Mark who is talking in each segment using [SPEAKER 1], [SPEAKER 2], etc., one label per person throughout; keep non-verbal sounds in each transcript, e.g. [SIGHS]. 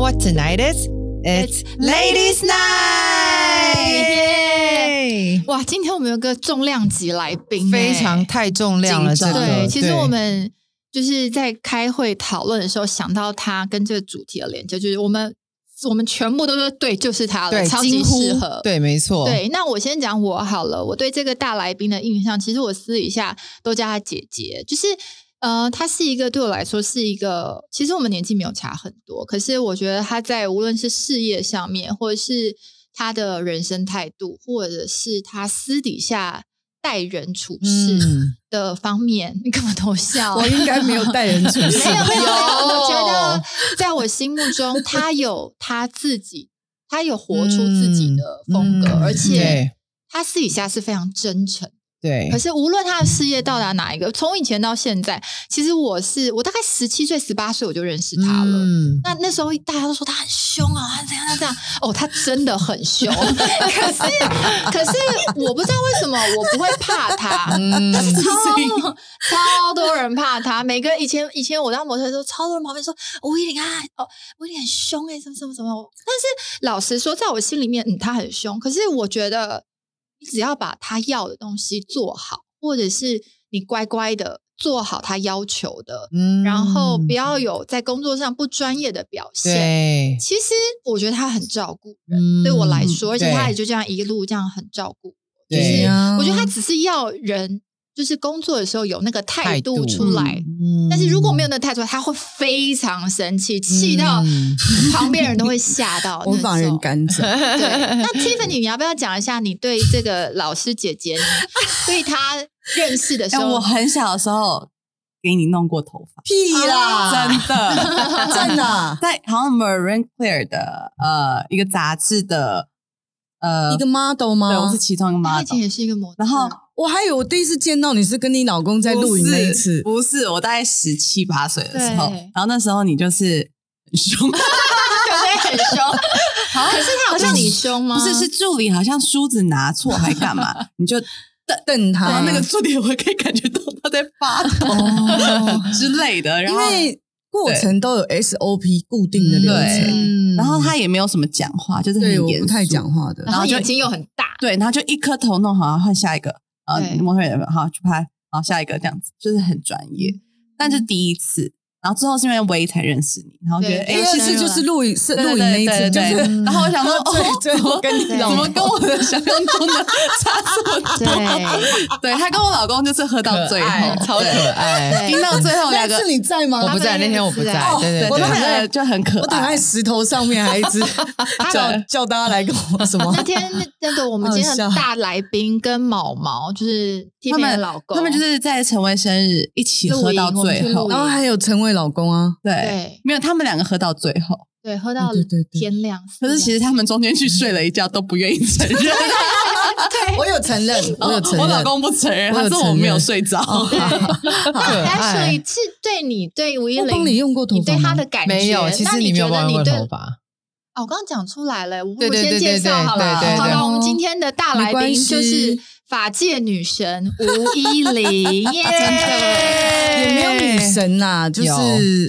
[SPEAKER 1] what tonight is? It's Ladies Night！
[SPEAKER 2] 哇，今天我们有个重量级来宾、
[SPEAKER 1] 非常太重量了，这
[SPEAKER 2] 哎
[SPEAKER 1] 个
[SPEAKER 2] 对。其实我们就是在开会讨论的时候，想到他跟这个主题的连接，就是我们我们全部都说对，就是他了，
[SPEAKER 1] 对
[SPEAKER 2] 超级
[SPEAKER 1] 惊呼
[SPEAKER 2] 适合。
[SPEAKER 1] 对，没错，
[SPEAKER 2] 对，那我先讲我好了。我对这个大来宾的印象，其实我私底下都叫她姐姐，就是呃，她是一个对我来说是一个，其实我们年纪没有差很多，可是我觉得她在无论是事业上面，或者是她的人生态度，或者是她私底下待人处事
[SPEAKER 1] 嗯，
[SPEAKER 2] 的方面，你干嘛偷笑啊？
[SPEAKER 1] 我应该没有待人处
[SPEAKER 2] 没
[SPEAKER 1] 事
[SPEAKER 2] 有，没有，没有我觉得
[SPEAKER 1] 有
[SPEAKER 2] 在我心目中，她
[SPEAKER 1] [LAUGHS]
[SPEAKER 2] 有她自己，她有活出自己的风格，
[SPEAKER 1] 嗯
[SPEAKER 2] 而且。
[SPEAKER 1] 对
[SPEAKER 2] 他私底下是非常真诚，
[SPEAKER 1] 对，
[SPEAKER 2] 可是无论他的事业到达哪一个，从以前到现在，其实我是我大概十七岁、十八岁我就认识他了。
[SPEAKER 1] 嗯
[SPEAKER 2] 那那时候大家都说他很凶啊，他怎样他这样哦，他真的很
[SPEAKER 1] [LAUGHS]
[SPEAKER 2] 凶。可是可是我不知道为什么我不会怕他，
[SPEAKER 1] 嗯， [LAUGHS]
[SPEAKER 2] 超超多人怕他，每个人以前以前我当模特的时候，超多人旁边说吴依林啊，哦，吴依林很凶哎、欸，什么什么什么。但是老实说，在我心里面，嗯，他很凶。可是我觉得，你只要把他要的东西做好，或者是你乖乖的做好他要求的，
[SPEAKER 1] 嗯
[SPEAKER 2] [LAUGHS] 然后不要有在工作上不专业的表现。
[SPEAKER 1] 对，
[SPEAKER 2] 其实我觉得他很照顾人，
[SPEAKER 1] 嗯
[SPEAKER 2] 对我来说，而且他也
[SPEAKER 1] 对
[SPEAKER 2] 就这样一路这样很照顾我，就是
[SPEAKER 1] 对
[SPEAKER 3] 呀
[SPEAKER 2] 我觉得他只是要人，就是工作的时候有那个态度出来。
[SPEAKER 1] 嗯
[SPEAKER 2] 但是如果没有那个态度，他会非常生气，气到
[SPEAKER 1] 嗯
[SPEAKER 2] 旁边人都会吓到
[SPEAKER 3] 我把
[SPEAKER 2] 那
[SPEAKER 3] 人
[SPEAKER 2] 种。
[SPEAKER 3] 赶
[SPEAKER 2] [LAUGHS]
[SPEAKER 3] 走。[LAUGHS]
[SPEAKER 2] 对，那 Tiffany，你要不要讲一下你对这个老师姐姐，你对她认识的时
[SPEAKER 3] 哎、
[SPEAKER 2] 候，
[SPEAKER 3] 我很小的时候给你弄过头发，屁
[SPEAKER 2] 啦
[SPEAKER 3] 真
[SPEAKER 2] [LAUGHS]
[SPEAKER 3] 的，
[SPEAKER 2] 真
[SPEAKER 3] 的，在好像 Marine Claire 的呃一个杂志的呃
[SPEAKER 4] 一个 model 吗？
[SPEAKER 3] 对，我是其中一个
[SPEAKER 2] 她以前
[SPEAKER 3] model。
[SPEAKER 2] 也是一个模特，
[SPEAKER 3] 然后
[SPEAKER 4] 我还以为我第一次见到你是跟你老公在露营那一次，
[SPEAKER 3] 不是不是我大概十七八岁的时候
[SPEAKER 2] 对，
[SPEAKER 3] 然后那时候你就是很凶，
[SPEAKER 2] [LAUGHS] 对很
[SPEAKER 3] [LAUGHS]
[SPEAKER 2] 凶，可是她有对你凶吗？
[SPEAKER 3] 不是是助理，好像梳子拿错还干
[SPEAKER 2] [LAUGHS]
[SPEAKER 3] 嘛，你就
[SPEAKER 4] 瞪
[SPEAKER 3] 然
[SPEAKER 4] 他
[SPEAKER 3] 后那个助理我可以感觉到他在发
[SPEAKER 2] [LAUGHS]
[SPEAKER 4] 哦
[SPEAKER 3] 抖 [LAUGHS] 之类的，然
[SPEAKER 4] 因
[SPEAKER 3] 后
[SPEAKER 4] 为嗯过程都有 SOP 固定的流程，
[SPEAKER 1] 嗯
[SPEAKER 3] 然后他也没有什么讲话，就是很
[SPEAKER 4] 对，我
[SPEAKER 3] 严肃
[SPEAKER 4] 不太讲话的
[SPEAKER 2] 然。后
[SPEAKER 3] 然后就
[SPEAKER 2] 眼睛又很大，
[SPEAKER 3] 对，然后就一颗头弄好，然后换下一个，呃
[SPEAKER 2] 对，
[SPEAKER 3] 模特儿也没有好去拍，好下一个这样子，就是很专
[SPEAKER 4] 嗯
[SPEAKER 3] 业。但是第一次，然后之后是因为威才认识你，然后觉得
[SPEAKER 2] 对
[SPEAKER 3] 哎
[SPEAKER 4] 第，二次就是露营，是
[SPEAKER 3] 对
[SPEAKER 4] 露
[SPEAKER 3] 对
[SPEAKER 4] 营那一
[SPEAKER 3] 对
[SPEAKER 4] 次，就
[SPEAKER 3] 对
[SPEAKER 4] 是
[SPEAKER 3] 对然后我想说，
[SPEAKER 4] 喝醉
[SPEAKER 3] 哦，
[SPEAKER 4] 最
[SPEAKER 3] 怎
[SPEAKER 4] 后
[SPEAKER 3] 么
[SPEAKER 4] 跟你
[SPEAKER 3] 怎
[SPEAKER 2] 老
[SPEAKER 3] 么
[SPEAKER 2] 公
[SPEAKER 3] 跟我的想象中的差这么
[SPEAKER 2] 对
[SPEAKER 3] 多？对他跟我老公就是喝到最后，
[SPEAKER 1] 超
[SPEAKER 3] 对
[SPEAKER 1] 可
[SPEAKER 3] [LAUGHS]
[SPEAKER 1] 爱。
[SPEAKER 3] 听到最后
[SPEAKER 4] 那
[SPEAKER 3] 两个
[SPEAKER 4] 次，你在吗
[SPEAKER 1] 我？不在，那天我不在
[SPEAKER 2] 哦，
[SPEAKER 1] 对对
[SPEAKER 3] 对，
[SPEAKER 1] 对，
[SPEAKER 3] 我
[SPEAKER 4] 我都
[SPEAKER 3] 们
[SPEAKER 4] 很
[SPEAKER 3] 两个就很可
[SPEAKER 4] 我躺
[SPEAKER 3] 爱
[SPEAKER 4] 在。石头上面，还一直叫
[SPEAKER 3] 对
[SPEAKER 4] 叫大家来跟我什
[SPEAKER 2] [LAUGHS]
[SPEAKER 4] 么
[SPEAKER 2] 那？天那那个我们今天的大来宾跟毛毛，就是
[SPEAKER 3] 他
[SPEAKER 2] Tiffany 的
[SPEAKER 3] 们
[SPEAKER 2] 老公，
[SPEAKER 3] 他们就是在陈威生日一起喝到
[SPEAKER 2] 露营我们去
[SPEAKER 3] 最
[SPEAKER 2] 露
[SPEAKER 3] 后
[SPEAKER 2] 营，
[SPEAKER 4] 然后还有成为老公啊，
[SPEAKER 3] 对，
[SPEAKER 1] 哎
[SPEAKER 2] 对
[SPEAKER 3] 没有他们两个喝到最后，
[SPEAKER 2] 对喝到
[SPEAKER 4] 哦对对对
[SPEAKER 2] 天亮，
[SPEAKER 3] 可是其
[SPEAKER 2] 实
[SPEAKER 3] 实他们中间去睡了一觉，都不愿意承认。
[SPEAKER 4] 我有承认，我有承
[SPEAKER 3] 哦 [LAUGHS] 我
[SPEAKER 4] 认，
[SPEAKER 3] 老公不承认，
[SPEAKER 4] 我有
[SPEAKER 3] 他
[SPEAKER 4] 承认
[SPEAKER 3] 说我没有睡着。
[SPEAKER 2] 对。
[SPEAKER 1] [LAUGHS] 可
[SPEAKER 2] 那
[SPEAKER 1] 爱
[SPEAKER 2] Ashley 是对你对吴依
[SPEAKER 4] 我帮你
[SPEAKER 2] 林，
[SPEAKER 4] 用过头
[SPEAKER 2] 你
[SPEAKER 4] 发
[SPEAKER 2] 对
[SPEAKER 4] 吗
[SPEAKER 2] 他的感觉
[SPEAKER 1] 哎没有，其
[SPEAKER 2] 那
[SPEAKER 1] 实你没有
[SPEAKER 2] 觉得
[SPEAKER 1] 帮
[SPEAKER 2] 你
[SPEAKER 1] 我
[SPEAKER 2] 对
[SPEAKER 1] 换头发，
[SPEAKER 2] 哦，我刚刚讲出来了，我
[SPEAKER 1] 对
[SPEAKER 2] 我
[SPEAKER 1] 对
[SPEAKER 2] 先
[SPEAKER 1] 对
[SPEAKER 2] 介
[SPEAKER 1] 对
[SPEAKER 2] 绍
[SPEAKER 1] 对
[SPEAKER 2] 好了。
[SPEAKER 1] 对
[SPEAKER 4] 对
[SPEAKER 2] 好
[SPEAKER 4] 对
[SPEAKER 2] 了，我们今天的大来
[SPEAKER 4] 没关
[SPEAKER 2] 宾
[SPEAKER 4] 系
[SPEAKER 2] 就是法界女神吴依
[SPEAKER 1] [LAUGHS]
[SPEAKER 2] 林，耶！
[SPEAKER 4] 也没有
[SPEAKER 1] 哎
[SPEAKER 4] 女神啦，就是
[SPEAKER 2] 有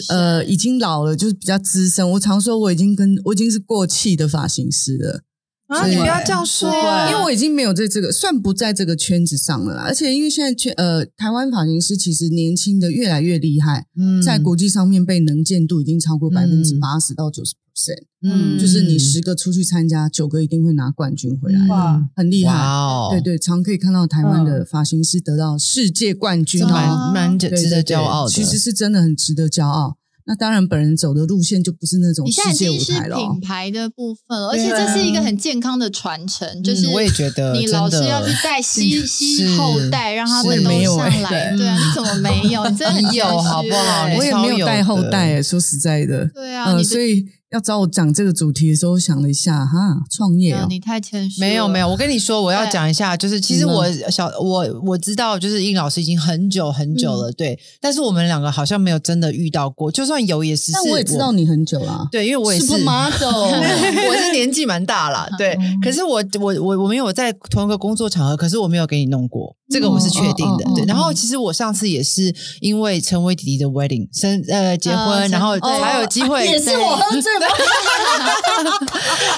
[SPEAKER 4] 呃，已经老了，就是比较资深。我常说我已经跟我已经是过气的发型师了，
[SPEAKER 3] 啊
[SPEAKER 4] 你不
[SPEAKER 3] 要这
[SPEAKER 4] 样
[SPEAKER 3] 说
[SPEAKER 4] 因为我已经没有在这个算不在这个圈子上了啦。而且因为现在圈呃，台湾发型师其实年轻的越来越厉害，
[SPEAKER 1] 嗯
[SPEAKER 4] 在国际上面被能见度已经超过百分之
[SPEAKER 1] 嗯
[SPEAKER 4] 八十到九十 percent，
[SPEAKER 2] 嗯
[SPEAKER 4] 就是你十个出去参加，九个一定会拿冠军回
[SPEAKER 1] 嗯
[SPEAKER 4] 来的，
[SPEAKER 2] 嗯
[SPEAKER 3] 哇
[SPEAKER 4] 很厉
[SPEAKER 1] 哇
[SPEAKER 4] 害。
[SPEAKER 1] 哦，
[SPEAKER 4] 对对，常可以看到台湾的发型师得到世界冠军
[SPEAKER 2] 真的
[SPEAKER 4] 哦。
[SPEAKER 2] 吗
[SPEAKER 1] 蛮蛮值
[SPEAKER 4] 对
[SPEAKER 1] 值
[SPEAKER 4] 对
[SPEAKER 1] 得
[SPEAKER 4] 对
[SPEAKER 1] 骄傲的。
[SPEAKER 4] 其实是真的很值得骄傲。那当然，本人走的路线就不是那种
[SPEAKER 2] 你现在
[SPEAKER 4] 世
[SPEAKER 2] 已经
[SPEAKER 4] 界舞
[SPEAKER 2] 是
[SPEAKER 4] 台了哦
[SPEAKER 2] 品。牌的部分了，而
[SPEAKER 4] 对
[SPEAKER 2] 且这
[SPEAKER 4] 啊
[SPEAKER 2] 是一个很健康的传承，就是
[SPEAKER 1] 嗯我也觉得
[SPEAKER 2] 你老
[SPEAKER 1] 真
[SPEAKER 2] 是
[SPEAKER 1] 的
[SPEAKER 2] 要去带吸吸后代，让他
[SPEAKER 1] 是
[SPEAKER 2] 们都
[SPEAKER 4] 我也没有
[SPEAKER 2] 上
[SPEAKER 4] 欸
[SPEAKER 2] 来。
[SPEAKER 1] 对
[SPEAKER 2] 对啊，你怎么没有？你真的很
[SPEAKER 1] [LAUGHS] 你有
[SPEAKER 2] 谦虚
[SPEAKER 1] 好不好嗯
[SPEAKER 2] 欸
[SPEAKER 1] 你
[SPEAKER 4] 我也没
[SPEAKER 1] 超有
[SPEAKER 4] 有带后
[SPEAKER 1] 的
[SPEAKER 4] 代耶，说实在的，
[SPEAKER 2] 对啊，
[SPEAKER 4] 呃，
[SPEAKER 2] 你
[SPEAKER 4] 所
[SPEAKER 2] 以
[SPEAKER 4] 以要找我讲这个主题的时候，我想了一下，哈，创业哦，
[SPEAKER 2] 啊你太谦虚了，
[SPEAKER 1] 没有没有，我跟你说，我要
[SPEAKER 2] 对
[SPEAKER 1] 讲一下，就是其实
[SPEAKER 4] 嗯
[SPEAKER 1] 我小我我知道，就是应老师已经很久很久
[SPEAKER 4] 嗯
[SPEAKER 1] 了，对，但是我们两个好像没有真的遇到过，就算有也是，
[SPEAKER 4] 但我也知道
[SPEAKER 1] 你
[SPEAKER 4] 你很久啊啦。
[SPEAKER 1] 对，因为我也是 [LAUGHS]
[SPEAKER 4] model，
[SPEAKER 1] 我是年
[SPEAKER 4] [LAUGHS] 嗯
[SPEAKER 1] 纪蛮大啦，对。可是我我我我们有在同一个工作场合，可是我没有给你弄过，这个我是确定的。
[SPEAKER 4] 嗯嗯嗯
[SPEAKER 1] 对，
[SPEAKER 4] 嗯
[SPEAKER 1] 然后其实我上次也是因为陈伟弟弟的 wedding 生呃结
[SPEAKER 2] 嗯
[SPEAKER 4] 啊
[SPEAKER 1] 婚，
[SPEAKER 2] 陈
[SPEAKER 1] 然后
[SPEAKER 4] 哦
[SPEAKER 2] 对
[SPEAKER 1] 才有机会
[SPEAKER 5] 也
[SPEAKER 3] [LAUGHS]
[SPEAKER 5] 是
[SPEAKER 4] [LAUGHS]
[SPEAKER 5] 我喝醉了，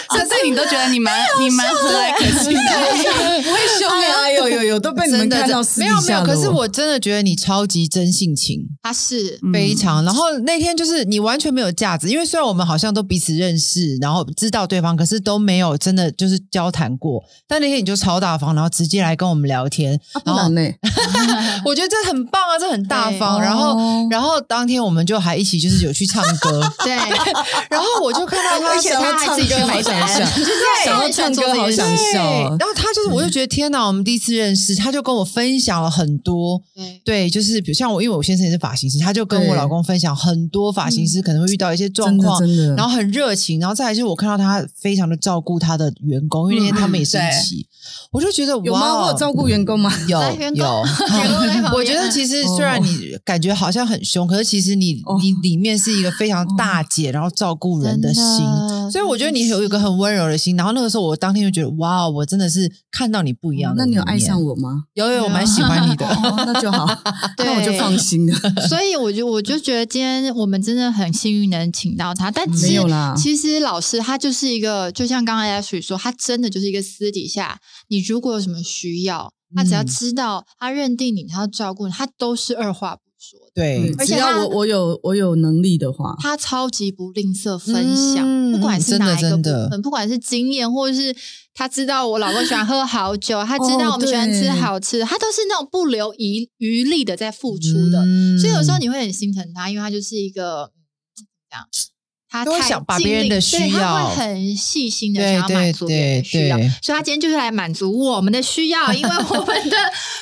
[SPEAKER 3] 这次你都觉得你
[SPEAKER 4] [LAUGHS]
[SPEAKER 3] 蛮你蛮和蔼
[SPEAKER 4] 啊
[SPEAKER 3] 可亲的，
[SPEAKER 4] 不会凶 [LAUGHS]
[SPEAKER 1] 哎
[SPEAKER 4] 啊，有有有，都被你们
[SPEAKER 1] 真的
[SPEAKER 4] 看到私
[SPEAKER 1] 没有
[SPEAKER 4] 底
[SPEAKER 1] 没有，
[SPEAKER 4] 下
[SPEAKER 1] 可
[SPEAKER 4] 了哦
[SPEAKER 1] 是我真的觉得你超级真性情。
[SPEAKER 2] [LAUGHS] 他
[SPEAKER 1] [LAUGHS]
[SPEAKER 2] 是
[SPEAKER 1] 非常。然后那天就是你完全没有架子，因为虽然我们好像都彼此认识，然后知道对方，可是都没有真的就是交谈过。但那天你就超大方，然后直接来跟我们聊 [LAUGHS] 天，
[SPEAKER 4] 啊不然呢？
[SPEAKER 1] 我觉得这很棒啊，这很大方。然后，
[SPEAKER 4] 哦
[SPEAKER 1] 然后当天我们就还一起就是有去唱歌，
[SPEAKER 2] 对，
[SPEAKER 1] [LAUGHS] 然后我就看到他
[SPEAKER 2] [LAUGHS] 而且他还自己去买
[SPEAKER 4] 想
[SPEAKER 2] 单，
[SPEAKER 4] 笑
[SPEAKER 2] 就是
[SPEAKER 4] 想
[SPEAKER 2] 他
[SPEAKER 4] 要
[SPEAKER 2] 很喜欢
[SPEAKER 4] 唱
[SPEAKER 2] 做
[SPEAKER 4] 歌好
[SPEAKER 2] 这件
[SPEAKER 4] 想
[SPEAKER 2] 事。
[SPEAKER 1] 对，
[SPEAKER 4] 笑哦
[SPEAKER 1] 然，后他就是，我就觉得天哪，我们第一次认识，他就跟我分享了很多，
[SPEAKER 2] 对，
[SPEAKER 1] 对，就是比如像我，因为我先生也是发型师，他就跟我
[SPEAKER 4] 对嗯
[SPEAKER 1] 老公分享很多发型师可能会遇到一些状
[SPEAKER 4] 真的
[SPEAKER 1] 况，
[SPEAKER 4] 真的。
[SPEAKER 1] 然后很热情，然后再来就是我看到他非常的照顾他的员工，因为那天他们也是一起，我就觉得
[SPEAKER 4] 嗯有吗？
[SPEAKER 1] 哇哦
[SPEAKER 4] 我有照顾员工吗？
[SPEAKER 1] 有
[SPEAKER 2] 来员工
[SPEAKER 1] 有。 [LAUGHS]
[SPEAKER 2] 员工在旁边啊
[SPEAKER 1] 我觉得其实虽然你感觉好像很凶，可是其实你
[SPEAKER 4] 哦
[SPEAKER 1] 你里面是一个非常大姐，然后照顾人的心，所以我觉得你有一个很温柔的心。然后那个时候我当天就觉得哇，哦我真的是看到你不一样的。
[SPEAKER 4] 哦那你有爱上？我吗？
[SPEAKER 1] 有有，我蛮喜欢你的。
[SPEAKER 4] [LAUGHS] 哦，那就好，
[SPEAKER 2] 对
[SPEAKER 4] 那我就放心了。
[SPEAKER 2] [LAUGHS] 所以我就我就觉得今天我们真的很幸运能请到他，但其
[SPEAKER 4] 没
[SPEAKER 2] 实
[SPEAKER 4] 有啦
[SPEAKER 2] 其实老师他就是一个，就像刚才 Ashley 说，他真的就是一个私底下，你如果有什么需要，他只要
[SPEAKER 1] 嗯
[SPEAKER 2] 知道，他认定你，他要照顾你，他都是二话不说的。
[SPEAKER 1] 对，
[SPEAKER 4] 嗯
[SPEAKER 2] 而
[SPEAKER 4] 只
[SPEAKER 2] 且他
[SPEAKER 4] 要我我有我有能力的话，
[SPEAKER 2] 他超级不吝啬分享，
[SPEAKER 1] 嗯
[SPEAKER 2] 不管是
[SPEAKER 1] 真的
[SPEAKER 2] 哪一个
[SPEAKER 1] 真
[SPEAKER 2] 部
[SPEAKER 1] 的
[SPEAKER 2] 分，不管是经验，或者是他知道我老公喜欢喝好酒，他知
[SPEAKER 1] 哦
[SPEAKER 2] 道我们喜欢吃
[SPEAKER 4] 对
[SPEAKER 2] 好吃的，他都是那种不留余余力的在付出的。
[SPEAKER 1] 嗯
[SPEAKER 2] 所以有时候你会很心疼他，因为他就是一个嗯怎么样，他
[SPEAKER 1] 都会
[SPEAKER 2] 太
[SPEAKER 1] 想把
[SPEAKER 2] 尽
[SPEAKER 1] 别人
[SPEAKER 2] 力
[SPEAKER 1] 的
[SPEAKER 2] 对
[SPEAKER 1] 需
[SPEAKER 2] 他
[SPEAKER 1] 要
[SPEAKER 2] 会很细心的
[SPEAKER 1] 对
[SPEAKER 2] 想要满
[SPEAKER 1] 嗯对
[SPEAKER 2] 足别人的
[SPEAKER 1] 对
[SPEAKER 2] 需要
[SPEAKER 1] 对，
[SPEAKER 2] 所以他今天就是来满足我们的需要，因为我
[SPEAKER 1] [LAUGHS]
[SPEAKER 2] 们的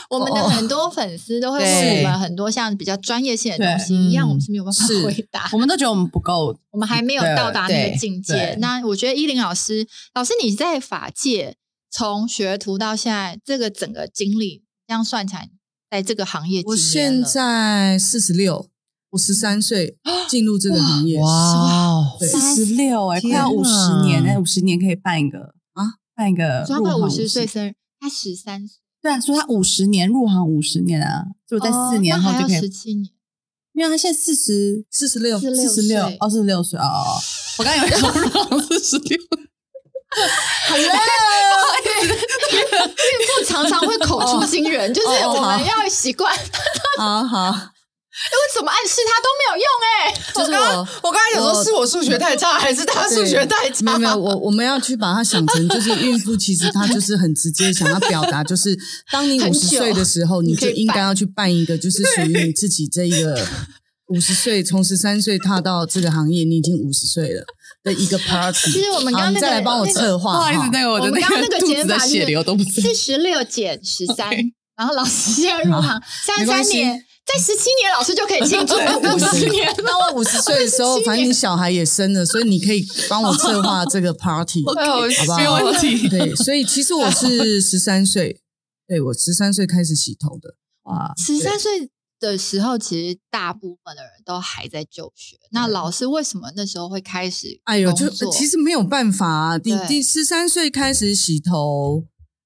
[SPEAKER 2] 我们的
[SPEAKER 4] 哦
[SPEAKER 2] 很多粉丝都会
[SPEAKER 1] 对
[SPEAKER 2] 问我们很多像比较专业性的东西
[SPEAKER 1] 对
[SPEAKER 2] 一样，
[SPEAKER 1] 嗯
[SPEAKER 2] 我们是没有办法
[SPEAKER 3] 是
[SPEAKER 2] 回答。
[SPEAKER 3] 我们都觉得我们不够，
[SPEAKER 2] 我们还没有到达那个境
[SPEAKER 3] 对
[SPEAKER 2] 界
[SPEAKER 3] 对。
[SPEAKER 2] 那我觉得依林老师，老师你在法界从学徒到现在这个整个经历，这样算起来，在这个行业
[SPEAKER 4] 我
[SPEAKER 2] 几年
[SPEAKER 4] 现
[SPEAKER 2] 了
[SPEAKER 4] 在四十六，我十三 [GASPS] 岁进入这个行业，
[SPEAKER 1] 哇，哦
[SPEAKER 4] 对
[SPEAKER 3] 四十六哎，快
[SPEAKER 1] 天啊
[SPEAKER 3] 要五十年，哎那五十年可以办一个
[SPEAKER 4] 啊，
[SPEAKER 3] 办一个
[SPEAKER 2] 所以
[SPEAKER 3] 入
[SPEAKER 2] 他快
[SPEAKER 3] 行
[SPEAKER 2] 五十岁，生日，他十三岁，
[SPEAKER 3] 对啊，所以他五十年入行五十年啊，就在
[SPEAKER 2] 哦
[SPEAKER 3] 四年后就可
[SPEAKER 2] 十
[SPEAKER 3] 以，
[SPEAKER 2] 七年，
[SPEAKER 3] 因为他现在四十
[SPEAKER 4] 四十六，
[SPEAKER 2] 46
[SPEAKER 3] 四十六
[SPEAKER 2] 岁
[SPEAKER 3] 哦，四十六
[SPEAKER 4] 啊
[SPEAKER 3] 岁哦哦，哦我刚以为说入行四十
[SPEAKER 4] [LAUGHS]
[SPEAKER 3] 六，
[SPEAKER 2] 孕妇常常会口出惊人，
[SPEAKER 4] [LAUGHS]
[SPEAKER 2] 就是
[SPEAKER 4] 哦
[SPEAKER 2] 我
[SPEAKER 4] 好
[SPEAKER 2] 们要习惯，为
[SPEAKER 4] 好好，
[SPEAKER 2] 什么暗示他都没有用哎、
[SPEAKER 4] 就是我。
[SPEAKER 1] 我刚才想说
[SPEAKER 4] 我
[SPEAKER 1] 是我数学太差，还是他数学太
[SPEAKER 4] [LAUGHS]
[SPEAKER 1] 差？
[SPEAKER 4] 没有没有，我我们要去把它想成，就是孕妇其实她就是很直接想要表达，就是当你
[SPEAKER 2] 很
[SPEAKER 4] 五
[SPEAKER 2] 久
[SPEAKER 4] 十岁的时候，
[SPEAKER 2] 你
[SPEAKER 4] 你
[SPEAKER 2] 可以
[SPEAKER 4] 就应该要去办一个，就是属于你自己这一个五十岁，从十三岁踏到这个行业，你已经五十岁了的一个
[SPEAKER 2] [LAUGHS]
[SPEAKER 4] party。
[SPEAKER 2] 其实我们刚刚
[SPEAKER 4] 好你
[SPEAKER 2] 那个
[SPEAKER 4] 再来帮我策
[SPEAKER 3] 不
[SPEAKER 4] 划，
[SPEAKER 3] 好意思
[SPEAKER 4] 哈，
[SPEAKER 3] 那个我的
[SPEAKER 2] 们刚刚那
[SPEAKER 3] 个肚
[SPEAKER 2] 减
[SPEAKER 3] 子
[SPEAKER 2] 法就
[SPEAKER 3] 的
[SPEAKER 2] 是
[SPEAKER 3] 血流都不
[SPEAKER 2] 四
[SPEAKER 3] 是，
[SPEAKER 2] 十六减十三，然后老师现在入行三三
[SPEAKER 4] 没关系
[SPEAKER 2] 年，在十七年老师就可以庆祝
[SPEAKER 4] [LAUGHS] 对
[SPEAKER 2] 五十年了。
[SPEAKER 4] 那我五十岁的时候，反正你小孩也生了，所以你可以帮我策划这个 party，好不
[SPEAKER 3] 没
[SPEAKER 4] 好？
[SPEAKER 3] 问题
[SPEAKER 4] 对，所以其实我是十三岁，对我十三岁开始洗头的，
[SPEAKER 3] 哇，
[SPEAKER 2] 十三岁的时候，其实大部分的人都还在就学。那老师为什么那时候会开始
[SPEAKER 4] 哎呦，就
[SPEAKER 2] 工作
[SPEAKER 4] 其实没有办法、啊，第
[SPEAKER 2] 对
[SPEAKER 4] 第十三岁开始洗头，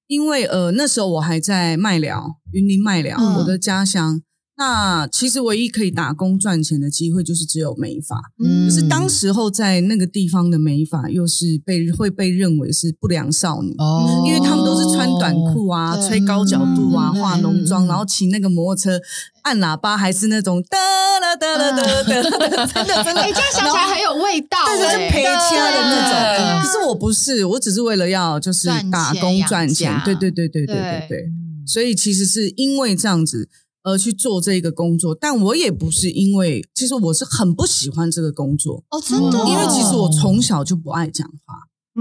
[SPEAKER 4] 因为呃那时候我还在麦寮，云林麦寮，
[SPEAKER 2] 嗯
[SPEAKER 4] 我的家乡。那其实唯一可以打工赚钱的机会就是只有美发，
[SPEAKER 1] 嗯
[SPEAKER 4] 可是当时候在那个地方的美发又是被会被认为是不良少女，
[SPEAKER 1] 哦
[SPEAKER 4] 因为他们都是穿短，裤啊、
[SPEAKER 2] 对
[SPEAKER 4] 吹高角度啊、
[SPEAKER 1] 嗯
[SPEAKER 4] 化浓妆，
[SPEAKER 1] 嗯
[SPEAKER 4] 然后骑那个摩托车，按喇叭还是那种哒啦哒啦
[SPEAKER 1] 嗯
[SPEAKER 4] 哒啦哒啦，真的真的，
[SPEAKER 2] 哎，这样想起来很有味道、
[SPEAKER 4] 但
[SPEAKER 2] 哎
[SPEAKER 4] 是是陪掐的
[SPEAKER 2] 对
[SPEAKER 4] 那
[SPEAKER 2] 啊
[SPEAKER 4] 种。可是我不是，我只是为了要就是
[SPEAKER 2] 赚钱
[SPEAKER 4] 打工赚钱
[SPEAKER 2] 养家，
[SPEAKER 4] 对对对对对对
[SPEAKER 2] 对
[SPEAKER 4] 对。所以其实是因为这样子而去做这个工作，但我也不是因为，其实我是很不喜欢这个工作，
[SPEAKER 2] 哦，嗯真的、
[SPEAKER 1] 哦
[SPEAKER 4] 因为其实我从小就不爱讲话，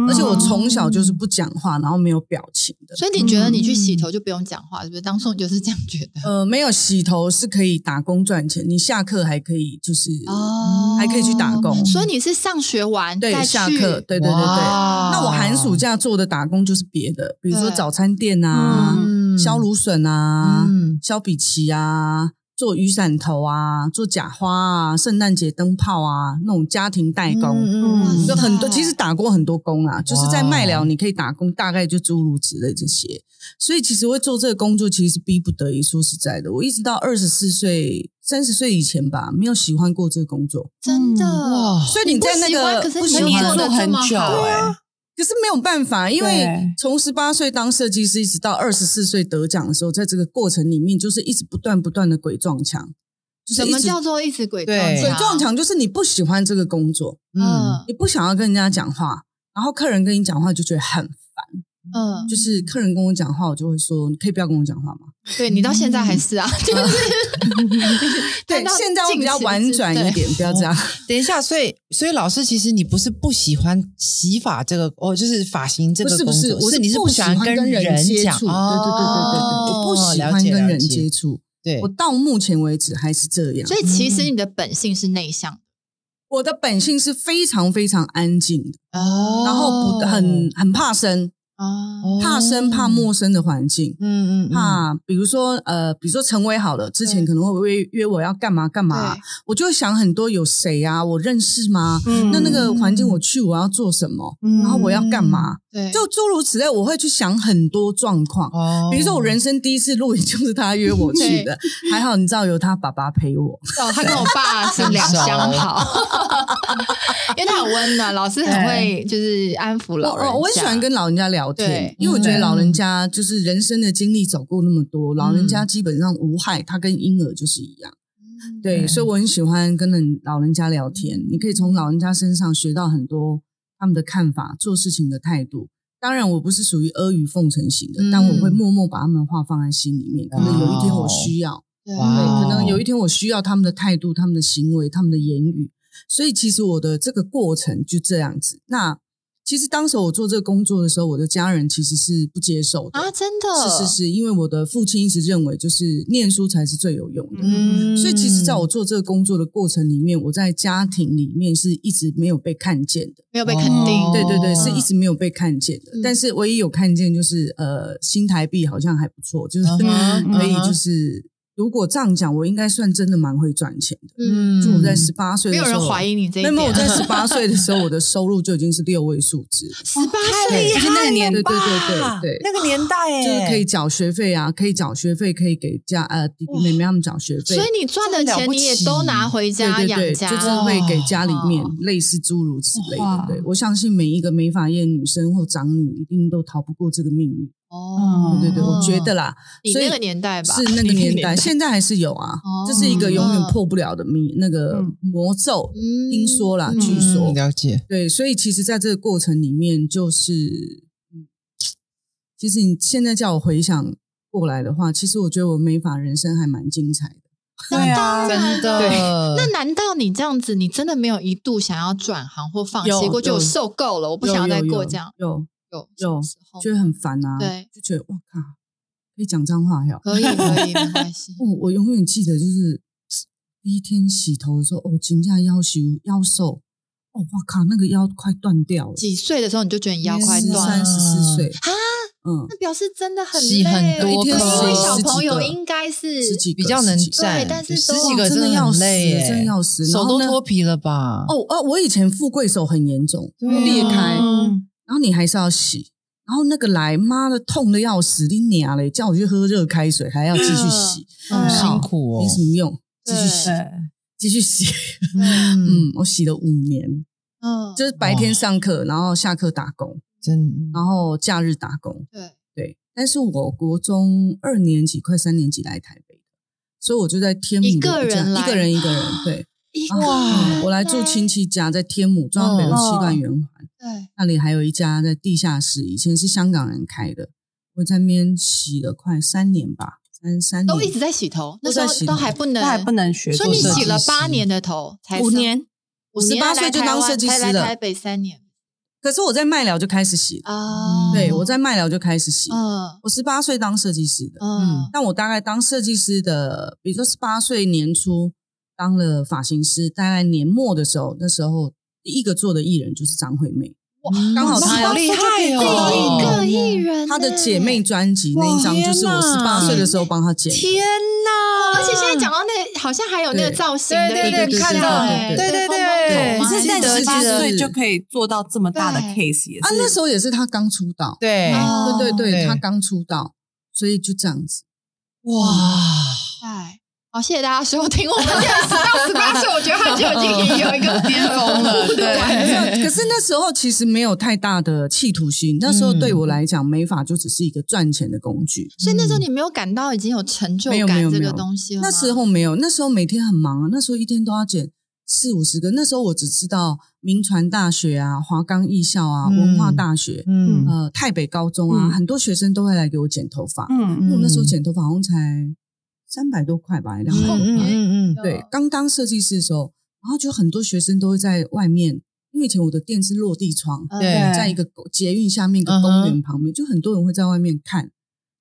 [SPEAKER 4] 而且我从小就是不讲话，然后没有表情的。
[SPEAKER 2] 所以你觉得你去洗头就不用讲话，是不是？当初你就是这样觉得
[SPEAKER 4] 呃，没有洗头是可以打工赚钱，你下课还可以就是
[SPEAKER 2] 哦
[SPEAKER 4] 还可以去打工
[SPEAKER 2] 所以你是上学完
[SPEAKER 4] 对
[SPEAKER 2] 再去
[SPEAKER 4] 下课，对对对对。那
[SPEAKER 1] 那
[SPEAKER 4] 我寒暑假做的打工就是别的，比如说
[SPEAKER 2] 对
[SPEAKER 4] 早餐店啊、
[SPEAKER 1] 嗯
[SPEAKER 4] 削芦笋啊、
[SPEAKER 1] 嗯
[SPEAKER 4] 削比奇啊，做雨伞头啊，做假花啊，圣诞节灯泡啊，那种家庭代工。
[SPEAKER 1] 嗯
[SPEAKER 4] 就
[SPEAKER 2] 嗯
[SPEAKER 4] 很多，其实打过很多工啊，就是在麦
[SPEAKER 1] 哇
[SPEAKER 4] 寮你可以打工，大概就诸如此类这些。所以其实会做这个工作，其实是逼不得已。说实在的，我一直到二十四岁、三十岁以前吧，没有喜欢过这个工作。
[SPEAKER 2] 真的
[SPEAKER 1] 哇
[SPEAKER 4] 所以你在那
[SPEAKER 2] 不喜欢
[SPEAKER 4] 个
[SPEAKER 2] 可是
[SPEAKER 4] 嗯不
[SPEAKER 2] 你
[SPEAKER 4] 喜
[SPEAKER 2] 又
[SPEAKER 4] 欢
[SPEAKER 2] 做
[SPEAKER 3] 做
[SPEAKER 2] 得
[SPEAKER 3] 很
[SPEAKER 2] 这么
[SPEAKER 3] 久
[SPEAKER 2] 好
[SPEAKER 3] 哎、
[SPEAKER 4] 可是没有办法，因为
[SPEAKER 3] 对
[SPEAKER 4] 从十八岁当设计师，一直到二十四岁得奖的时候，在这个过程里面，就是一直不断不断的鬼撞墙，就是
[SPEAKER 2] 什
[SPEAKER 4] 一
[SPEAKER 2] 么
[SPEAKER 4] 直
[SPEAKER 2] 叫做一直鬼撞
[SPEAKER 1] 对
[SPEAKER 2] 墙？
[SPEAKER 4] 鬼撞墙，就是你不喜欢这个工作，
[SPEAKER 1] 嗯
[SPEAKER 2] 嗯
[SPEAKER 4] 你不想要跟人家讲话，然后客人跟你讲话就觉得很烦，
[SPEAKER 2] 嗯，
[SPEAKER 4] 就是客人跟我讲话，我就会说，你可以不要跟我讲话吗？
[SPEAKER 2] 对你到现在还是
[SPEAKER 4] [LAUGHS]
[SPEAKER 2] 啊，就是 [LAUGHS]
[SPEAKER 4] 对，现在我比较婉转一，点，不要这样。
[SPEAKER 1] 等一下，所以所以老师，其实你不是不喜欢洗发这个哦，就是发型这
[SPEAKER 4] 不
[SPEAKER 1] 个
[SPEAKER 4] [LAUGHS] 是
[SPEAKER 1] 工
[SPEAKER 4] 不
[SPEAKER 1] 作，
[SPEAKER 4] 是，我
[SPEAKER 1] 是你是
[SPEAKER 4] 不喜
[SPEAKER 1] 喜
[SPEAKER 4] 欢
[SPEAKER 1] 跟
[SPEAKER 4] 人接
[SPEAKER 1] 讲，哦
[SPEAKER 4] 触，对对对对对对，我不喜欢跟人接
[SPEAKER 1] 触，
[SPEAKER 4] 触。
[SPEAKER 1] 对
[SPEAKER 4] 我到目前为止还是这样
[SPEAKER 2] 到近期是对所。以其实你的本性是内向
[SPEAKER 4] 我的本性是非常非常安静的，
[SPEAKER 1] 哦
[SPEAKER 4] 然后不很很怕生，
[SPEAKER 2] 啊，
[SPEAKER 4] 怕生怕陌生的环境，
[SPEAKER 1] 哦嗯嗯嗯，
[SPEAKER 4] 怕比如说呃，比如说陈伟好了，之前
[SPEAKER 2] 对
[SPEAKER 4] 可能会约约我要干嘛干嘛，
[SPEAKER 2] 对
[SPEAKER 4] 我就会想很多，有谁啊？我认识吗？
[SPEAKER 3] 嗯
[SPEAKER 4] 那那个环境我去，我要做什么？
[SPEAKER 1] 嗯，
[SPEAKER 4] 然后我要干嘛？
[SPEAKER 2] 对，
[SPEAKER 4] 就诸如此类，我会去想很多状况。
[SPEAKER 1] 哦，
[SPEAKER 4] 比如说，我人生第一次露营就是他约我去的，还好你知道有他爸爸陪我。
[SPEAKER 2] 哦，他跟我
[SPEAKER 1] [LAUGHS]
[SPEAKER 2] 爸是两相好， [LAUGHS] 因为他很温暖，老师很会就是安抚
[SPEAKER 4] 我
[SPEAKER 2] 老人家
[SPEAKER 4] 哦我我很喜欢跟老人家聊天
[SPEAKER 2] 对，
[SPEAKER 4] 因为我觉得
[SPEAKER 1] 嗯
[SPEAKER 4] 老人家就是人生的经历走过那么多，老人
[SPEAKER 2] 嗯
[SPEAKER 4] 家基本上无害，他跟婴儿就是一样。对，
[SPEAKER 1] 对
[SPEAKER 4] 所以我很喜欢跟人老人家聊天，你可以从老人家身上学到很多他们的看法、做事情的态度。当然，我不是属于阿谀奉承型的，
[SPEAKER 2] 嗯
[SPEAKER 4] 但我会默默把他们的话放在心里面。可能有一天我需要，对，
[SPEAKER 1] 哇哦
[SPEAKER 4] 可能有一天我需要他们的态度、他们的行为、他们的言语。所以其实我的这个过程就这样子。那其实当时我做这个工作的时候，我的家人其实是不接受的。
[SPEAKER 2] 啊，真的
[SPEAKER 4] 是是是，因为我的父亲一直认为，就是念书才是最有用的。
[SPEAKER 1] 嗯，
[SPEAKER 4] 所以其实，在我做这个工作的过程里面，我在家庭里面是一直没有被看见的。
[SPEAKER 2] 没有被肯定
[SPEAKER 1] 哦，
[SPEAKER 4] 对对对，是
[SPEAKER 2] 嗯
[SPEAKER 4] 一直没有被看见的。
[SPEAKER 2] 嗯
[SPEAKER 4] 但是唯一有看见就是，呃，新台币好像还不错，就
[SPEAKER 1] 嗯
[SPEAKER 4] 是
[SPEAKER 1] 哼
[SPEAKER 4] 可以
[SPEAKER 1] 嗯哼
[SPEAKER 4] 就是，如果这样讲，我应该算真的蛮会赚钱的。
[SPEAKER 2] 嗯，
[SPEAKER 4] 就我在十八岁，
[SPEAKER 2] 没有人怀。疑你这一
[SPEAKER 4] 那
[SPEAKER 2] 点，
[SPEAKER 4] 么我在十八岁的时候，我的收入就已经是六位数字，
[SPEAKER 2] 十八
[SPEAKER 1] 太
[SPEAKER 2] 岁
[SPEAKER 1] 厉害
[SPEAKER 4] 对
[SPEAKER 3] 就是那个年
[SPEAKER 4] 对
[SPEAKER 1] 了
[SPEAKER 4] 对
[SPEAKER 1] 吧
[SPEAKER 4] 对对对，
[SPEAKER 1] 那个年代哎，
[SPEAKER 4] 就是可以缴学费啊，可以缴学费，可以给家呃弟弟妹妹他们缴学费，
[SPEAKER 2] [LAUGHS] 所以你赚的钱你也都拿回
[SPEAKER 4] 对
[SPEAKER 2] 家
[SPEAKER 4] 对
[SPEAKER 2] 养
[SPEAKER 4] 对，
[SPEAKER 2] 家，
[SPEAKER 4] 就是会给家里面
[SPEAKER 2] 哦
[SPEAKER 4] 类似诸如此类的
[SPEAKER 3] 哇。
[SPEAKER 4] 对我相信每一个美发业女生或长女一定都逃不过这个命运。
[SPEAKER 2] 哦，
[SPEAKER 4] 对对对，
[SPEAKER 1] 哦
[SPEAKER 4] 我觉得啦，
[SPEAKER 2] 你
[SPEAKER 4] 嗯所以
[SPEAKER 2] 那个年代吧，嗯
[SPEAKER 4] 是那个
[SPEAKER 1] 你那个年
[SPEAKER 4] 年
[SPEAKER 1] 代
[SPEAKER 2] [LAUGHS]
[SPEAKER 4] 代，现在还是有啊
[SPEAKER 2] 哦，
[SPEAKER 4] 这是一个永远
[SPEAKER 2] 嗯
[SPEAKER 4] 破不了的秘那个
[SPEAKER 3] 嗯
[SPEAKER 4] 魔咒。
[SPEAKER 2] 嗯
[SPEAKER 4] 听说啦，
[SPEAKER 2] 嗯
[SPEAKER 4] 据说
[SPEAKER 1] 嗯了解，
[SPEAKER 4] 对，所以其实在这个过程里面，就是，嗯其实你现在叫我回想过来的话，其实我觉得我美发人生还蛮精彩的。
[SPEAKER 3] 对
[SPEAKER 4] [LAUGHS]
[SPEAKER 3] 啊，
[SPEAKER 1] 真
[SPEAKER 2] 对
[SPEAKER 1] 的，
[SPEAKER 2] 那难道你这样子，你真的没有一度想要转行或放
[SPEAKER 4] 有
[SPEAKER 2] 弃过？就
[SPEAKER 4] 有
[SPEAKER 2] 我受够了，我不想要再过这样。
[SPEAKER 4] 有
[SPEAKER 2] 有
[SPEAKER 4] 有
[SPEAKER 2] 时候
[SPEAKER 4] 觉得很烦啊，
[SPEAKER 2] 对，
[SPEAKER 4] 就觉得哇靠，可以讲脏话呀。。
[SPEAKER 2] 可以可以，没关系
[SPEAKER 4] 我我永远记得就是第一天洗头的时候，哦，惊讶腰修腰瘦，哦，哇靠，那个腰快断掉了，
[SPEAKER 2] 几岁的时候你就觉得你腰快
[SPEAKER 1] 是
[SPEAKER 2] 断
[SPEAKER 4] 三
[SPEAKER 2] 了？
[SPEAKER 4] 十四岁
[SPEAKER 2] 啊，
[SPEAKER 4] 嗯，
[SPEAKER 2] 那表示真的很
[SPEAKER 1] 洗
[SPEAKER 2] 累，
[SPEAKER 1] 很多
[SPEAKER 2] 因
[SPEAKER 1] 颗
[SPEAKER 2] 为小
[SPEAKER 1] 十
[SPEAKER 2] 朋友
[SPEAKER 4] 个
[SPEAKER 2] 应该是
[SPEAKER 4] 十几
[SPEAKER 1] 比
[SPEAKER 4] 个
[SPEAKER 1] 较能
[SPEAKER 4] 十几个
[SPEAKER 1] 站，
[SPEAKER 2] 对但是
[SPEAKER 1] 十
[SPEAKER 2] 都
[SPEAKER 1] 几个
[SPEAKER 4] 真的
[SPEAKER 1] 的
[SPEAKER 4] 要
[SPEAKER 1] 很
[SPEAKER 4] 死
[SPEAKER 1] 累耶，
[SPEAKER 4] 真的要死然
[SPEAKER 1] 手
[SPEAKER 4] 后
[SPEAKER 1] 都
[SPEAKER 4] 呢
[SPEAKER 1] 脱皮了吧？
[SPEAKER 4] 哦哦，我以前富贵手很严重，
[SPEAKER 1] 对啊，
[SPEAKER 4] 裂开
[SPEAKER 1] 嗯
[SPEAKER 4] 然后你还是要洗，然后那个来妈的痛的要死，你娘嘞，叫我去喝热开水还要继续洗，
[SPEAKER 2] 嗯
[SPEAKER 1] 辛苦哦
[SPEAKER 4] 没，什么用，继续洗
[SPEAKER 2] 对，
[SPEAKER 4] 继续洗， [LAUGHS]
[SPEAKER 1] 嗯，
[SPEAKER 4] 嗯，我洗了五年，
[SPEAKER 2] 嗯，
[SPEAKER 4] 就是白天上课，然后下课打工，
[SPEAKER 1] 真
[SPEAKER 4] 然后假日打工，
[SPEAKER 2] 对，
[SPEAKER 4] 对，但是我国中二年级快三年级来台北，所以我就在天母
[SPEAKER 2] 一
[SPEAKER 4] 的
[SPEAKER 2] 个
[SPEAKER 4] 家
[SPEAKER 2] 人
[SPEAKER 4] 一
[SPEAKER 2] 来
[SPEAKER 4] 个人一个人对，
[SPEAKER 2] 一
[SPEAKER 4] 然后
[SPEAKER 1] 哇
[SPEAKER 4] 嗯我来住亲戚家，在天母中央北路
[SPEAKER 3] 嗯
[SPEAKER 4] 七段圆环、
[SPEAKER 2] 对，
[SPEAKER 4] 那里还有一家在地下室，以前是香港人开的，我在那边洗了快三年吧，三三年
[SPEAKER 2] 都一直在洗头，那
[SPEAKER 4] 都
[SPEAKER 2] 时
[SPEAKER 4] 在
[SPEAKER 2] 候
[SPEAKER 4] 洗
[SPEAKER 2] 都
[SPEAKER 4] 头
[SPEAKER 2] 还不能，
[SPEAKER 3] 那还不能学
[SPEAKER 2] 所
[SPEAKER 3] 做
[SPEAKER 2] 以你
[SPEAKER 3] 设计
[SPEAKER 2] 洗了
[SPEAKER 1] 师
[SPEAKER 2] 八年的头，才
[SPEAKER 4] 五
[SPEAKER 2] 上，
[SPEAKER 4] 年，
[SPEAKER 2] 五年
[SPEAKER 4] 18
[SPEAKER 2] 来
[SPEAKER 4] 岁就
[SPEAKER 2] 台
[SPEAKER 4] 当
[SPEAKER 2] 湾
[SPEAKER 4] 设计
[SPEAKER 2] 才来
[SPEAKER 4] 师了
[SPEAKER 2] 台北三年
[SPEAKER 4] 可是我在麦寮就开始洗了，
[SPEAKER 2] 啊，
[SPEAKER 4] 嗯对我在麦寮就开始洗，
[SPEAKER 2] 嗯
[SPEAKER 4] 我十八岁当设计师的，
[SPEAKER 2] 嗯
[SPEAKER 4] 但我大概当设计师的，比如说十八岁年初当了发型师，大概年末的时候，那时候第一个做的艺人就是张惠妹，
[SPEAKER 1] 哇
[SPEAKER 4] 嗯刚好
[SPEAKER 1] 哇
[SPEAKER 4] 她要
[SPEAKER 1] 好厉害
[SPEAKER 2] 第一
[SPEAKER 1] 哦，
[SPEAKER 2] 个艺人，
[SPEAKER 4] 她她的姐妹专辑那一张，
[SPEAKER 1] 哇
[SPEAKER 4] 就是我
[SPEAKER 1] 天
[SPEAKER 4] 十
[SPEAKER 1] 哪
[SPEAKER 4] 八岁的时候帮她剪的。
[SPEAKER 1] 天哪！
[SPEAKER 2] 而且现在讲到那，好像还有那个
[SPEAKER 4] 对
[SPEAKER 2] 造型的
[SPEAKER 1] 对
[SPEAKER 2] 影
[SPEAKER 1] 对
[SPEAKER 2] 片，
[SPEAKER 1] 对，看到
[SPEAKER 2] 哎
[SPEAKER 1] 对对对
[SPEAKER 2] 对，
[SPEAKER 3] 可
[SPEAKER 2] 对
[SPEAKER 3] 是在
[SPEAKER 2] 记得
[SPEAKER 3] 十八
[SPEAKER 2] 记得
[SPEAKER 3] 岁就可以做到这么大的
[SPEAKER 2] 对
[SPEAKER 3] case，也
[SPEAKER 4] 啊，那时
[SPEAKER 3] 是
[SPEAKER 4] 候也是她刚出道，啊
[SPEAKER 1] 对，
[SPEAKER 2] 哦
[SPEAKER 4] 对对
[SPEAKER 1] 对
[SPEAKER 4] 对，她刚出道，所以就这样子。
[SPEAKER 1] 哇。
[SPEAKER 2] 哎，好，谢谢大家收听。我们现在十到十八
[SPEAKER 4] [LAUGHS]
[SPEAKER 2] 岁，我觉得他就已经有一个巅峰了。
[SPEAKER 4] 没有可是那时候其实没有太大的企图心，那时候对
[SPEAKER 1] 嗯
[SPEAKER 4] 我来讲，美发就只是一个赚钱的工具。
[SPEAKER 2] 所以那时候你没有感到已经有成就
[SPEAKER 4] 没有没
[SPEAKER 2] 感
[SPEAKER 4] 有
[SPEAKER 2] 这
[SPEAKER 4] 没
[SPEAKER 2] 个
[SPEAKER 4] 有
[SPEAKER 2] 东西了吗
[SPEAKER 4] 那时候没有，那时候每天很忙啊，那时候一天都要剪四五十个。那时候我只知道民传大学啊、华冈艺校啊、
[SPEAKER 1] 嗯
[SPEAKER 4] 文化大学、
[SPEAKER 1] 嗯
[SPEAKER 4] 呃台北高中啊，
[SPEAKER 3] 嗯
[SPEAKER 4] 很多学生都会来给我剪头发。
[SPEAKER 3] 嗯
[SPEAKER 4] 因为我那时候剪头发好像才三百多块吧，两百多块。
[SPEAKER 1] 嗯嗯嗯
[SPEAKER 4] 对，刚当设计师的时候，然后就很多学生都会在外面，因为以前我的店是落地窗，
[SPEAKER 2] 嗯
[SPEAKER 1] 对
[SPEAKER 4] 在一个狗捷运下面一个公园旁边，就很多人会在外面看，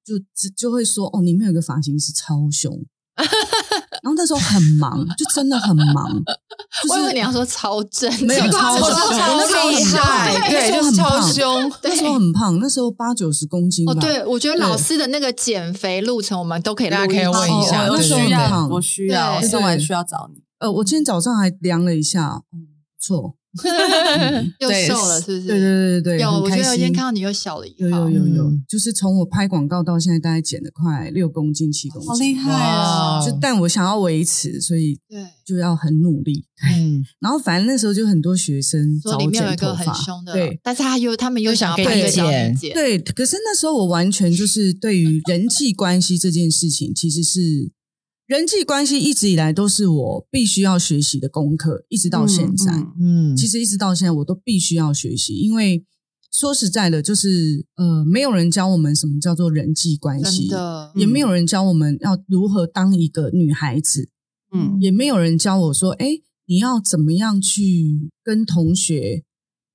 [SPEAKER 4] 就只就会说哦，里面有个发型师
[SPEAKER 2] [LAUGHS]
[SPEAKER 4] 超凶。然后那时候很忙，就真的很忙，就
[SPEAKER 2] 我以为你
[SPEAKER 4] 是
[SPEAKER 2] 要说超正，
[SPEAKER 4] 没有
[SPEAKER 2] 结果
[SPEAKER 4] 超
[SPEAKER 2] 我
[SPEAKER 4] 正
[SPEAKER 2] 说
[SPEAKER 4] 我那时候
[SPEAKER 2] 厉
[SPEAKER 4] 很
[SPEAKER 2] 害
[SPEAKER 4] 胖
[SPEAKER 1] 对，
[SPEAKER 4] 那时候
[SPEAKER 1] 就是
[SPEAKER 4] 很
[SPEAKER 1] 超
[SPEAKER 4] 胖
[SPEAKER 1] 凶，
[SPEAKER 4] 那时候很胖，那时候八九十公斤吧。
[SPEAKER 2] 哦，对，我觉得
[SPEAKER 4] 对
[SPEAKER 2] 老师的那个减肥路程，我们都可以录
[SPEAKER 1] 大家可以
[SPEAKER 2] 一
[SPEAKER 1] 问
[SPEAKER 2] 集
[SPEAKER 1] 一下
[SPEAKER 4] 哦
[SPEAKER 3] 我
[SPEAKER 4] 那时候
[SPEAKER 3] 需
[SPEAKER 4] 很
[SPEAKER 3] 要，
[SPEAKER 4] 胖
[SPEAKER 3] 我需要，
[SPEAKER 2] 对
[SPEAKER 3] 我是我还需要找你。
[SPEAKER 4] 呃，我今天早上还量了一下，嗯，不错，嗯
[SPEAKER 2] 又
[SPEAKER 3] 对
[SPEAKER 2] 瘦了，是不是？
[SPEAKER 4] 对对对对对，
[SPEAKER 2] 有，
[SPEAKER 4] 很
[SPEAKER 2] 我觉
[SPEAKER 4] 开
[SPEAKER 2] 得我今天
[SPEAKER 4] 心
[SPEAKER 2] 看到你又小了一
[SPEAKER 4] 有
[SPEAKER 2] 号。
[SPEAKER 4] 有有有
[SPEAKER 1] 嗯，
[SPEAKER 4] 就是从我拍广告到现在，大概减了快六公斤、七公
[SPEAKER 3] 好
[SPEAKER 4] 斤。
[SPEAKER 3] 厉害啊！
[SPEAKER 2] 哦
[SPEAKER 4] 就但我想要维持，所以
[SPEAKER 2] 对，
[SPEAKER 4] 就要很努力。
[SPEAKER 1] 嗯，
[SPEAKER 4] 然后反正那时候就很多学生
[SPEAKER 2] 说
[SPEAKER 4] 找
[SPEAKER 2] 里
[SPEAKER 4] 我
[SPEAKER 2] 面有一
[SPEAKER 4] 剪
[SPEAKER 2] 个
[SPEAKER 4] 头
[SPEAKER 2] 很
[SPEAKER 4] 发，
[SPEAKER 2] 凶的，
[SPEAKER 4] 对
[SPEAKER 2] 但是他又他们又
[SPEAKER 1] 又想
[SPEAKER 2] 想要
[SPEAKER 1] 给
[SPEAKER 2] 拍
[SPEAKER 1] 你
[SPEAKER 2] 一个小
[SPEAKER 1] 剪
[SPEAKER 2] 姐姐，
[SPEAKER 4] 对。可是那时候我完全就是对于人际关系这件事情，其实是人际关系一直以来都是我必须要学习的功课，一直到现在。
[SPEAKER 3] 嗯
[SPEAKER 1] 嗯，
[SPEAKER 4] 其实一直到现在我都必须要学习，因为说实在的，就是呃，没有人教我们什么叫做人际关
[SPEAKER 2] 真
[SPEAKER 4] 系，
[SPEAKER 2] 的，嗯
[SPEAKER 4] 也没有人教我们要如何当一个女孩子，
[SPEAKER 3] 嗯
[SPEAKER 4] 也没有人教我说，哎，你要怎么样去跟同学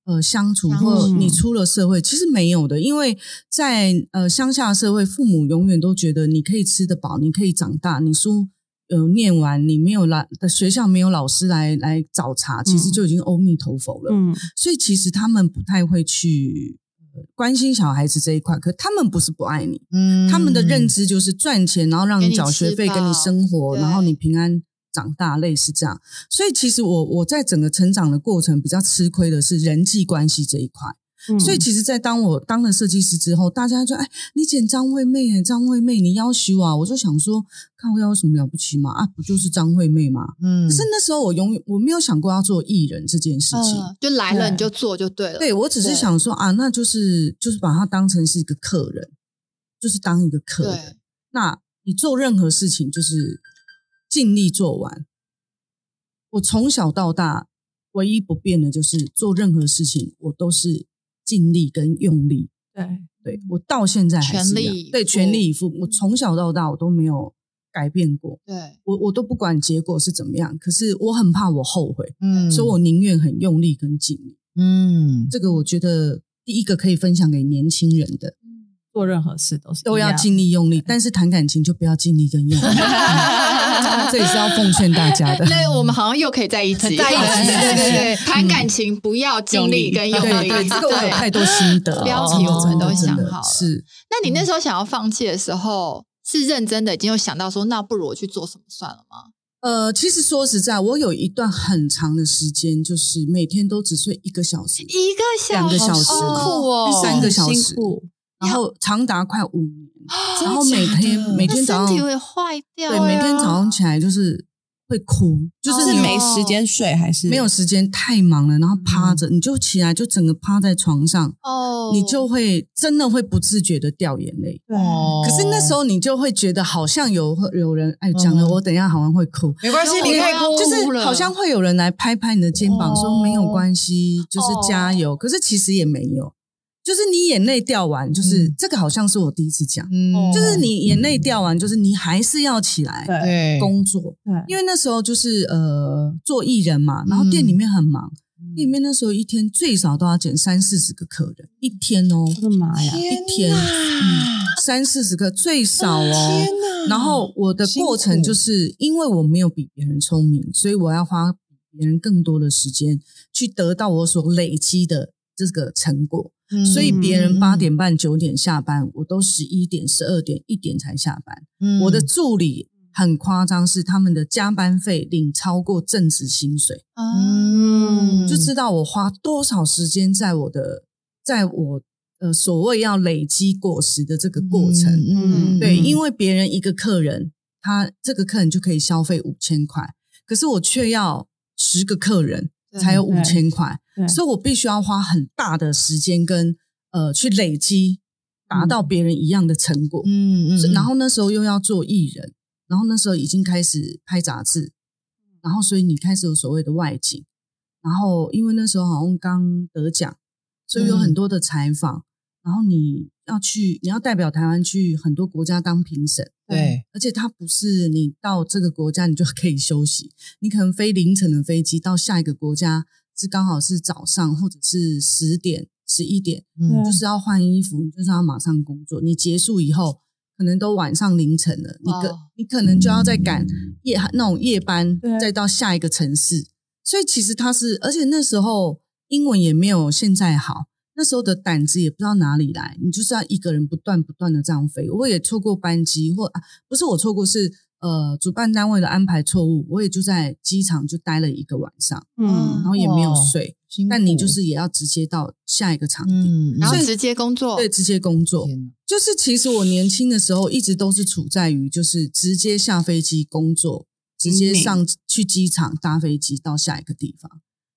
[SPEAKER 4] 呃相处，
[SPEAKER 2] 相处
[SPEAKER 4] 或你出了社会，其实没有的，因为在呃乡下社会，父母永远都觉得你可以吃得饱，你可以长大，你书呃念完，你没有来学校没有老师来来找茬，其实
[SPEAKER 2] 嗯
[SPEAKER 4] 就已经阿弥陀佛了。
[SPEAKER 3] 嗯
[SPEAKER 4] 所以其实他们不太会去呃关心小孩子这一块，可他们不是不爱你，
[SPEAKER 1] 嗯
[SPEAKER 4] 他们的认知就是赚钱，然后让你缴学费，
[SPEAKER 2] 给你吃
[SPEAKER 4] 跟
[SPEAKER 2] 饱
[SPEAKER 4] 你生活，
[SPEAKER 2] 对
[SPEAKER 4] 然后你平安长大，类似这样。所以其实我我在整个成长的过程比较吃亏的是人际关系这一块。
[SPEAKER 3] 嗯
[SPEAKER 4] 所以其实，在当我当了设计师之后，大家就哎，你剪张惠妹耶，张惠妹你要求啊，我就想说，看我要有什么了不起嘛？啊，不就是张惠妹嘛？
[SPEAKER 1] 嗯
[SPEAKER 4] 可是那时候我永远我没有想过要做艺人这件事情。
[SPEAKER 2] 嗯，就来了
[SPEAKER 4] 对
[SPEAKER 2] 你就做就对了，
[SPEAKER 4] 对，我只是
[SPEAKER 2] 对
[SPEAKER 4] 想说啊，那就是就是把它当成是一个客人，就是当一个客
[SPEAKER 2] 对
[SPEAKER 4] 人。，那你做任何事情就是尽力做完。我从小到大唯一不变的就是做任何事情，我都是尽力跟用力。
[SPEAKER 3] 对，
[SPEAKER 4] 对我到现在还是一样
[SPEAKER 2] 全力以
[SPEAKER 4] 对
[SPEAKER 2] 赴嗯
[SPEAKER 4] 全力以赴，我从小到大我都没有改变过。 [LAUGHS]
[SPEAKER 2] 对，
[SPEAKER 4] 我我都不管结果是怎么样，可是我很怕我后悔，
[SPEAKER 1] 嗯
[SPEAKER 4] 所以我宁愿很用力跟尽力。
[SPEAKER 1] 嗯
[SPEAKER 4] 这个我觉得第一个可以分享给年轻人的，
[SPEAKER 3] 做任何事都是
[SPEAKER 4] 都
[SPEAKER 3] 一
[SPEAKER 4] 要
[SPEAKER 3] 样
[SPEAKER 4] 尽力用力，但是谈感情就不要尽力跟
[SPEAKER 2] [LAUGHS]
[SPEAKER 4] 用力，嗯这也是要奉劝大家的。
[SPEAKER 2] 那我们好像又可以在一起，
[SPEAKER 1] 在一
[SPEAKER 2] [LAUGHS]
[SPEAKER 1] 起对对对
[SPEAKER 2] 谈感情不要 [LAUGHS] 尽力跟用
[SPEAKER 4] 对
[SPEAKER 2] 力，
[SPEAKER 4] 对，这个我有
[SPEAKER 2] 对
[SPEAKER 4] 太多心得，
[SPEAKER 2] 标
[SPEAKER 4] 真
[SPEAKER 2] 题
[SPEAKER 4] 的
[SPEAKER 2] 我们都想
[SPEAKER 4] 真的
[SPEAKER 2] 好了
[SPEAKER 4] 是
[SPEAKER 2] 那你那时候想要放弃的时候，是认真的已经有想到说，那不如我去做什么算了吗？
[SPEAKER 4] 呃，其实说实在，我有一段很长的时间，就是每天都只睡一个小时，
[SPEAKER 2] 一个
[SPEAKER 4] 两个小时
[SPEAKER 2] 好辛苦哦，
[SPEAKER 4] 三个小时
[SPEAKER 3] 辛苦
[SPEAKER 4] 然后长达快五年，
[SPEAKER 2] 啊真的
[SPEAKER 4] 然后每
[SPEAKER 1] 假的
[SPEAKER 4] 天每
[SPEAKER 2] 那
[SPEAKER 4] 天早
[SPEAKER 2] 身体
[SPEAKER 4] 上
[SPEAKER 2] 会坏掉，啊
[SPEAKER 4] 对每天早上起来就是会哭，
[SPEAKER 2] 哦
[SPEAKER 4] 就是
[SPEAKER 3] 是
[SPEAKER 4] 你
[SPEAKER 3] 没时间睡还是
[SPEAKER 4] 没
[SPEAKER 1] 嗯
[SPEAKER 4] 有时间，太忙了，然后趴着，你就起来就整个趴在床上，
[SPEAKER 2] 哦，
[SPEAKER 4] 你就会真的会不自觉的掉眼泪。
[SPEAKER 3] 对
[SPEAKER 1] 哦
[SPEAKER 4] 可是那时候你就会觉得好像有有人哎讲了，
[SPEAKER 1] 嗯
[SPEAKER 4] 我等一下好像会哭，哎
[SPEAKER 1] 没关系，
[SPEAKER 2] 因为
[SPEAKER 1] 你可以哭，
[SPEAKER 4] 就是好像会有人来拍拍你的肩
[SPEAKER 1] 哦
[SPEAKER 4] 膀说没有关系，就是加油。可是其实也没有，就是你眼泪掉完，就是
[SPEAKER 1] 嗯
[SPEAKER 4] 这个好像是我第一次讲，
[SPEAKER 1] 嗯
[SPEAKER 4] 就是你眼泪掉完，就是你还是要起来
[SPEAKER 3] 对
[SPEAKER 1] 对
[SPEAKER 4] 工作，
[SPEAKER 3] 对，
[SPEAKER 4] 因为那时候就是呃做艺人嘛，然后店
[SPEAKER 1] 嗯
[SPEAKER 4] 里面很忙。店里面那时候一天最少都要减三四十个客人，一天哦，
[SPEAKER 3] 我的妈呀！
[SPEAKER 1] 天
[SPEAKER 4] 一天嗯三四十个最少哦。
[SPEAKER 1] 哪
[SPEAKER 4] 然后我的过
[SPEAKER 1] 辛
[SPEAKER 4] 程
[SPEAKER 1] 苦
[SPEAKER 4] 就是因为我没有比别人聪明，所以我要花比别人更多的时间去得到我所累积的这个成果。
[SPEAKER 1] 嗯
[SPEAKER 4] 所以别人八点半、九点下班，我都十一点、十二点、一点才下班。
[SPEAKER 1] 嗯
[SPEAKER 4] 我的助理很夸张，是他们的加班费领超过正职薪水，
[SPEAKER 2] 嗯
[SPEAKER 1] 嗯
[SPEAKER 4] 就知道我花多少时间在我的，在我呃所谓要累积果实的这个过程。
[SPEAKER 1] 嗯
[SPEAKER 4] 对，
[SPEAKER 1] 嗯
[SPEAKER 4] 因为别人一个客人，他这个客人就可以消费五千块，可是我却要十个客人
[SPEAKER 2] 对
[SPEAKER 4] 才有五千块
[SPEAKER 3] 对，
[SPEAKER 4] 所以我必须要花很大的时间跟呃去累积，达到别人一样的成果。
[SPEAKER 1] 嗯
[SPEAKER 4] 是然后那时候又要做艺人，然后那时候已经开始拍杂志，然后所以你开始有所谓的外景，然后因为那时候好像刚得奖，所以有
[SPEAKER 1] 嗯
[SPEAKER 4] 很多的采访，然后你要去，你要代表台湾去很多国家当评审，
[SPEAKER 1] 对，
[SPEAKER 4] 而且它不是你到这个国家你就可以休息，你可能飞凌晨的飞机到下一个国家是刚好是早上或者是十点十一点，
[SPEAKER 1] 嗯
[SPEAKER 4] 你就是要换衣服，你就是要马上工作。你结束以后，可能都晚上凌晨了，你可、
[SPEAKER 2] 哦
[SPEAKER 4] 你可能就要再赶夜那种夜班
[SPEAKER 3] 对，
[SPEAKER 4] 再到下一个城市。所以其实他是，而且那时候英文也没有现在好，那时候的胆子也不知道哪里来，你就是要一个人不断不断的这样飞。我也错过班机，或、啊、不是我错过，是呃主办单位的安排错误，我也就在机场就待了一个晚上，然
[SPEAKER 3] 嗯，
[SPEAKER 4] 后也没有
[SPEAKER 1] 哇
[SPEAKER 4] 睡。
[SPEAKER 1] 辛苦
[SPEAKER 4] 但你就是也要直接到下一个场地。
[SPEAKER 1] 嗯，
[SPEAKER 2] 然后
[SPEAKER 1] 所以
[SPEAKER 2] 直接工作，
[SPEAKER 4] 对，直接工作。
[SPEAKER 1] 天哪
[SPEAKER 4] 就是其实我年轻的时候一直都是处在于就是直接下飞机工
[SPEAKER 1] 嗯
[SPEAKER 4] 作，直接上去机场搭飞机到下一个地方，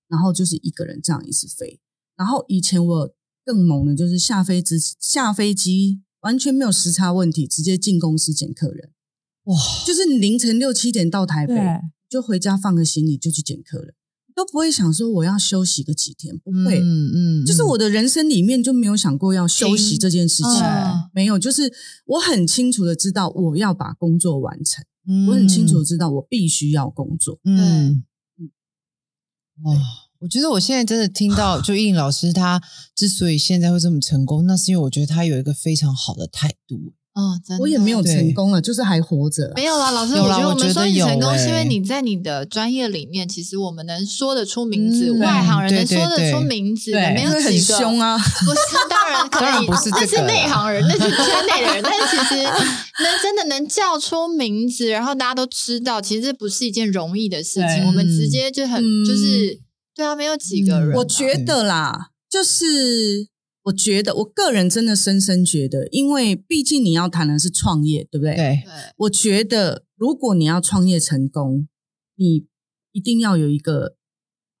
[SPEAKER 4] 然后就是一个人这样一直飞。然后以前我更猛的就是下飞机下飞机完全没有时差问题，直接进公司见客人。
[SPEAKER 1] 哇，
[SPEAKER 4] 就是你凌晨六七点到台北
[SPEAKER 3] 对，，
[SPEAKER 4] 就回家放个行李就去见客人，都不会想说我要休息个几天，不会。
[SPEAKER 1] 嗯
[SPEAKER 4] 就是我的人生里面就没有想过要休息这件事情，
[SPEAKER 2] 嗯
[SPEAKER 4] 没有，就是我很清楚的知道我要把工作完成，
[SPEAKER 1] 嗯
[SPEAKER 4] 我很清楚地知道我必须要工作。
[SPEAKER 1] 嗯，哇！我觉得我现在真的听
[SPEAKER 4] [SIGHS]
[SPEAKER 1] 到，就应老师他之所以现在会这么成功，那是因为我觉得他有一个非常好的态度。
[SPEAKER 2] 嗯，真的
[SPEAKER 4] 我也没有
[SPEAKER 1] 对
[SPEAKER 4] 成功了，就是还活着啊。
[SPEAKER 2] 没有啦，老师，
[SPEAKER 1] 有
[SPEAKER 2] 我
[SPEAKER 1] 啦
[SPEAKER 2] 觉得我
[SPEAKER 1] 我觉
[SPEAKER 2] 们说
[SPEAKER 1] 得
[SPEAKER 2] 你
[SPEAKER 1] 有
[SPEAKER 2] 成功，
[SPEAKER 1] 欸
[SPEAKER 2] 是因为你在你的专业里面，其实我们能说得出名字，
[SPEAKER 1] 嗯
[SPEAKER 2] 外行人
[SPEAKER 1] 对
[SPEAKER 2] 能
[SPEAKER 1] 对
[SPEAKER 2] 说得
[SPEAKER 1] 对
[SPEAKER 2] 出名字的
[SPEAKER 1] 对
[SPEAKER 2] 没有
[SPEAKER 4] 因为很
[SPEAKER 2] 几个。
[SPEAKER 4] 凶啊，
[SPEAKER 2] 不是，当然
[SPEAKER 1] [LAUGHS]
[SPEAKER 2] 可能
[SPEAKER 1] 当然
[SPEAKER 2] 你
[SPEAKER 1] 不是这
[SPEAKER 2] 那
[SPEAKER 1] 个
[SPEAKER 2] 是
[SPEAKER 1] 啦
[SPEAKER 2] 内行人，那是圈内的
[SPEAKER 4] [LAUGHS]
[SPEAKER 2] 人。但是其实能真的能叫出名字，然后大家都知道，其实这不是一件容易的事情。
[SPEAKER 3] 对
[SPEAKER 2] 我们直接就很
[SPEAKER 4] 嗯
[SPEAKER 2] 就是对啊，没有几个人啊。
[SPEAKER 4] 我觉得啦，就是我觉得我个人真的深深觉得，因为毕竟你要谈的是创业，对不对？。
[SPEAKER 1] 对，
[SPEAKER 2] 对，
[SPEAKER 4] 我觉得，如果你要创业成功，你一定要有一个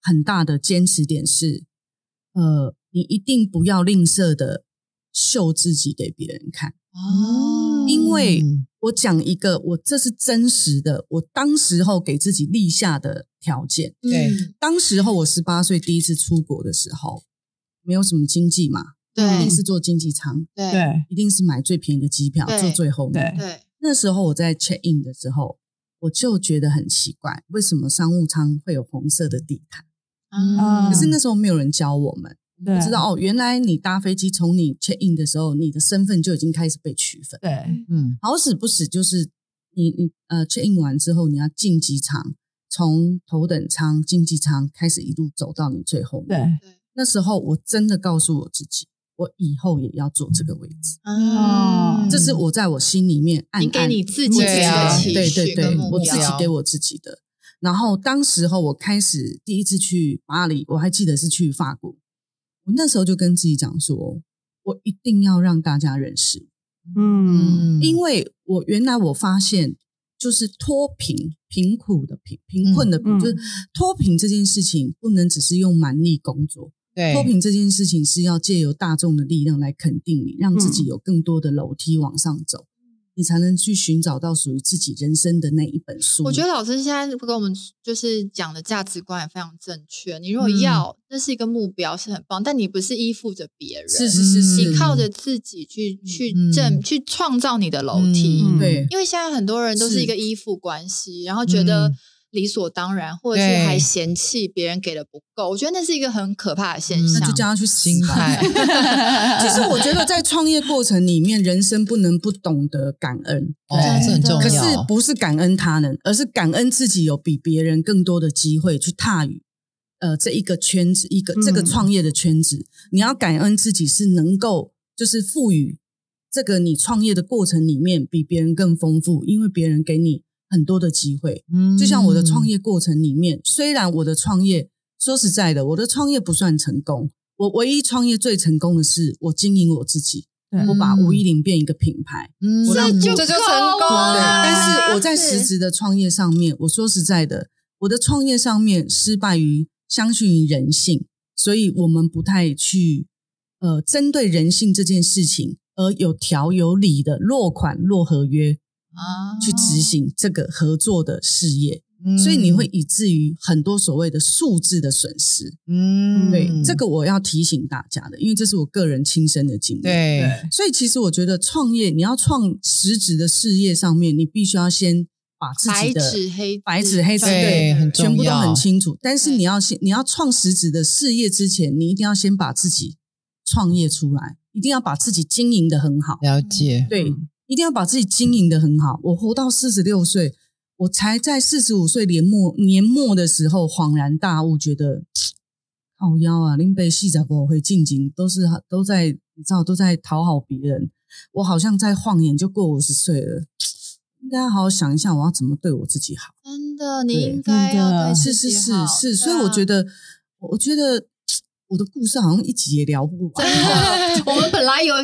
[SPEAKER 4] 很大的坚持点是，呃，你一定不要吝啬的秀自己给别人看。
[SPEAKER 2] 哦，
[SPEAKER 4] 因为
[SPEAKER 1] 嗯
[SPEAKER 4] 我讲一个，我这是真实的，我当时候给自己立下的条件。
[SPEAKER 1] 对
[SPEAKER 2] 嗯
[SPEAKER 4] 当时候我十八岁第一次出国的时候，没有什么经济嘛，一定
[SPEAKER 2] 嗯对
[SPEAKER 4] 是坐经济舱，
[SPEAKER 2] 对
[SPEAKER 3] 对
[SPEAKER 4] 一定是买最便宜的机票，
[SPEAKER 2] 对
[SPEAKER 4] 坐最后面。
[SPEAKER 3] 对
[SPEAKER 2] 对，
[SPEAKER 4] 那时候我在 check in 的时候，我就觉得很奇怪，为什么商务舱会有红色的地毯？
[SPEAKER 1] 嗯
[SPEAKER 4] 可是那时候没有人教我们，
[SPEAKER 3] 对，
[SPEAKER 4] 不知道哦，原来你搭飞机从你 check in 的时候，你的身份就已经开始被区分。
[SPEAKER 3] 对
[SPEAKER 1] 嗯
[SPEAKER 4] 好死不死，就是你你呃 check in 完之后，你要进机场，从头等舱、经济舱开始一路走到你最后面。
[SPEAKER 3] 对，
[SPEAKER 4] 那时候我真的告诉我自己，我以后也要坐这个位置。
[SPEAKER 2] 嗯
[SPEAKER 4] 这是我在我心里面暗暗
[SPEAKER 2] 你给你自己
[SPEAKER 4] 我
[SPEAKER 1] 的期
[SPEAKER 4] 自己对啊
[SPEAKER 2] 许
[SPEAKER 4] 对
[SPEAKER 2] 跟
[SPEAKER 4] 对
[SPEAKER 2] 目，
[SPEAKER 4] 我自己
[SPEAKER 1] 标
[SPEAKER 4] 给我自己的。然后当时候我开始第一次去巴黎，我还记得是去法国，我那时候就跟自己讲说，我一定要让大家认识，
[SPEAKER 3] 嗯，
[SPEAKER 4] 因为我原来我发现就是脱贫贫苦的贫贫困的贫，
[SPEAKER 3] 嗯
[SPEAKER 4] 就是脱贫这件事情不能只是用蛮力工作，
[SPEAKER 1] 对
[SPEAKER 4] 脱贫这件事情是要借由大众的力量来肯定你，让自己有更多的楼梯往上走，你才能去寻找到属于自己人生的那一本书。
[SPEAKER 2] 我觉得老师现在跟我们就是讲的价值观也非常正确。你如果要，那是一个目标，是很棒，但你不是依附着别人，
[SPEAKER 4] 是是是是，
[SPEAKER 2] 你靠着自己去去
[SPEAKER 1] 嗯
[SPEAKER 2] 挣、去创造你的楼梯。
[SPEAKER 1] 嗯
[SPEAKER 4] 对
[SPEAKER 2] 因为现在很多人都是
[SPEAKER 4] 是
[SPEAKER 2] 一个依附关系，然后觉得
[SPEAKER 1] 嗯
[SPEAKER 2] 理所当然，或者是
[SPEAKER 1] 对
[SPEAKER 2] 还嫌弃别人给的不够。我觉得那是一个很可怕的现
[SPEAKER 1] 嗯
[SPEAKER 2] 象。
[SPEAKER 4] 那就叫他去死
[SPEAKER 1] 心
[SPEAKER 4] 吧
[SPEAKER 1] 态。
[SPEAKER 4] [LAUGHS] 就是我觉得在创业过程里面，人生不能不懂得感恩，
[SPEAKER 1] 哦，
[SPEAKER 3] 对
[SPEAKER 1] 这很重要。
[SPEAKER 4] 可是不是感恩他人，而是感恩自己有比别人更多的机会去踏于。呃这一个圈子，一个这个
[SPEAKER 1] 嗯
[SPEAKER 4] 创业的圈子，你要感恩自己是能够就是赋予这个你创业的过程里面比别人更丰富，因为别人给你很多的机会。
[SPEAKER 1] 嗯
[SPEAKER 4] 就像我的创
[SPEAKER 1] 业，
[SPEAKER 4] 业过程里面，虽然我的创业说实在的，我的创业不算成功，我唯一创业最成功的是我经营我自己，我把
[SPEAKER 1] 嗯
[SPEAKER 4] 五一零变一个品牌。
[SPEAKER 1] 嗯
[SPEAKER 4] 我让
[SPEAKER 1] 这就
[SPEAKER 4] 这就
[SPEAKER 1] 这就
[SPEAKER 2] 够
[SPEAKER 1] 成功
[SPEAKER 2] 了
[SPEAKER 4] 对，
[SPEAKER 1] 了。
[SPEAKER 4] 但是我在
[SPEAKER 2] 是
[SPEAKER 4] 实质的创业上面，我说实在的，我的创业上面失败于相信于人性，所以我们不太去呃针对人性这件事情而有条有理的落款落合约
[SPEAKER 2] 啊
[SPEAKER 4] 去执行这个合作的事业，
[SPEAKER 1] 哦嗯
[SPEAKER 4] 所以你会以至于很多所谓的数字的损失。
[SPEAKER 1] 嗯
[SPEAKER 4] 对，这个我要提醒大家的，因为这是我个人亲身的经验。
[SPEAKER 1] 对
[SPEAKER 4] 所以其实我觉得创业，你要创实质的事业上面，你必须要先把自
[SPEAKER 2] 白
[SPEAKER 4] 己的
[SPEAKER 2] 纸黑字
[SPEAKER 4] 白纸黑字
[SPEAKER 1] 对
[SPEAKER 4] 对
[SPEAKER 1] 很重要
[SPEAKER 4] 全部都很清楚。但是
[SPEAKER 2] 对
[SPEAKER 4] 你要先你要创实质的事业之前，你一定要先把自己创业出来，一定要把自己经营的很好。
[SPEAKER 1] 了解，
[SPEAKER 4] 对，
[SPEAKER 2] 嗯
[SPEAKER 4] 一定要把自己经营的很好。我活到四十六岁，我才在四十五岁年末年末的时候恍然大悟，觉得靠腰啊，林北戏仔我会进京，都是都在你知道都在讨好别人，我好像在晃眼就过五十岁了。应该好好想一下，我要怎么对我自己好。
[SPEAKER 2] 真的，你
[SPEAKER 4] 对
[SPEAKER 2] 应该要对
[SPEAKER 4] 是
[SPEAKER 2] 哦自
[SPEAKER 4] 是
[SPEAKER 2] 己
[SPEAKER 4] 是
[SPEAKER 2] 好
[SPEAKER 4] 是，
[SPEAKER 2] 对
[SPEAKER 4] 所以我
[SPEAKER 2] 啊
[SPEAKER 4] 觉得，我我觉得我的故事好像一集也聊不完。
[SPEAKER 2] 我们本来有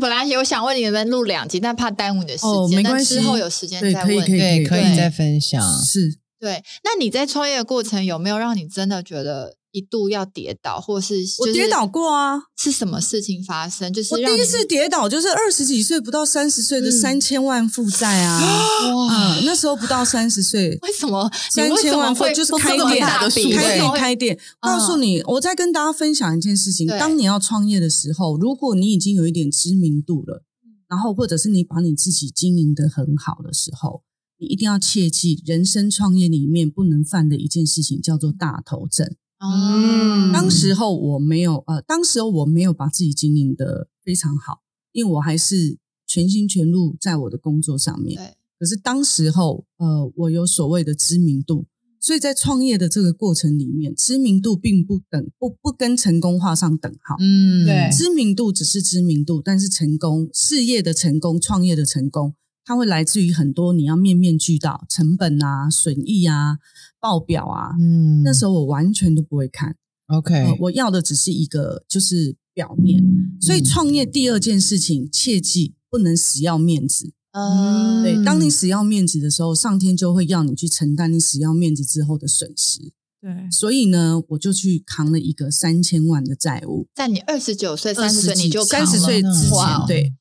[SPEAKER 2] 本来有想问你们录两集，但怕耽误你的时间，
[SPEAKER 4] 哦没
[SPEAKER 2] 但
[SPEAKER 4] 关
[SPEAKER 2] 之后
[SPEAKER 4] 系
[SPEAKER 2] 有时间
[SPEAKER 4] 对
[SPEAKER 2] 再
[SPEAKER 4] 可以
[SPEAKER 2] 问。
[SPEAKER 4] 可以
[SPEAKER 1] 对，可以
[SPEAKER 2] 对
[SPEAKER 1] 再分享。
[SPEAKER 4] [LAUGHS] 是，
[SPEAKER 2] 对那你在创业的过程有没有让你真的觉得一度要跌倒，或是、就是、
[SPEAKER 4] 我跌倒过啊，
[SPEAKER 2] 是什么事情发生？就是
[SPEAKER 4] 我
[SPEAKER 2] 让
[SPEAKER 4] 第一
[SPEAKER 2] 你
[SPEAKER 4] 次跌倒就是二十几岁不到三十岁的
[SPEAKER 2] 嗯
[SPEAKER 4] 三千万负债啊，
[SPEAKER 2] [GASPS] 哇，。
[SPEAKER 4] 嗯，那时候不到三十岁
[SPEAKER 2] 为什么你
[SPEAKER 4] 三
[SPEAKER 2] 为什
[SPEAKER 4] 千
[SPEAKER 2] 么
[SPEAKER 4] 万
[SPEAKER 2] 会
[SPEAKER 4] 份就是
[SPEAKER 2] 不
[SPEAKER 4] 开
[SPEAKER 2] 这么
[SPEAKER 4] 店
[SPEAKER 2] 大
[SPEAKER 4] 的
[SPEAKER 2] 笔
[SPEAKER 4] 数，
[SPEAKER 2] 为什
[SPEAKER 4] 开
[SPEAKER 2] 么
[SPEAKER 4] 店
[SPEAKER 2] 会
[SPEAKER 4] 开店。告诉你，我在跟大家分享一件事情：
[SPEAKER 2] 对
[SPEAKER 4] 当你要创业的时候，如果你已经有一点知名度了，
[SPEAKER 2] 嗯
[SPEAKER 4] 然后或者是你把你自己经营的很好的时候，你一定要切记，人生创业里面不能犯的一件事情叫做大头症。
[SPEAKER 2] 嗯，
[SPEAKER 4] 当时候我没有呃，当时候我没有把自己经营的非常好，因为我还是全心全入在我的工作上面。
[SPEAKER 2] 对
[SPEAKER 4] 可是当时候呃，我有所谓的知名度，所以在创业的这个过程里面，知名度并不等不不跟成功画上等号。
[SPEAKER 1] 嗯，
[SPEAKER 3] 对
[SPEAKER 4] 知名度只是知名度，但是成功事业的成功、创业的成功，它会来自于很多你要面面俱到，成本啊、损益啊、报表啊。
[SPEAKER 1] 嗯，
[SPEAKER 4] 那时候我完全都不会看。
[SPEAKER 1] OK，
[SPEAKER 4] 呃，我要的只是一个就是表面。所以创业第二件事情，切记不能死要面子。
[SPEAKER 2] 嗯，
[SPEAKER 4] 对，
[SPEAKER 1] 嗯
[SPEAKER 4] 当你死要面子的时候，上天就会要你去承担你死要面子之后的损失。
[SPEAKER 3] 对，
[SPEAKER 4] 所以呢，我就去扛了一个三千万的债务，
[SPEAKER 2] 在你二十九岁、三十岁
[SPEAKER 4] 20几
[SPEAKER 2] 你就扛
[SPEAKER 4] 三十
[SPEAKER 2] 了
[SPEAKER 4] 岁之
[SPEAKER 2] 哇
[SPEAKER 4] 前，
[SPEAKER 2] 哦
[SPEAKER 4] 对。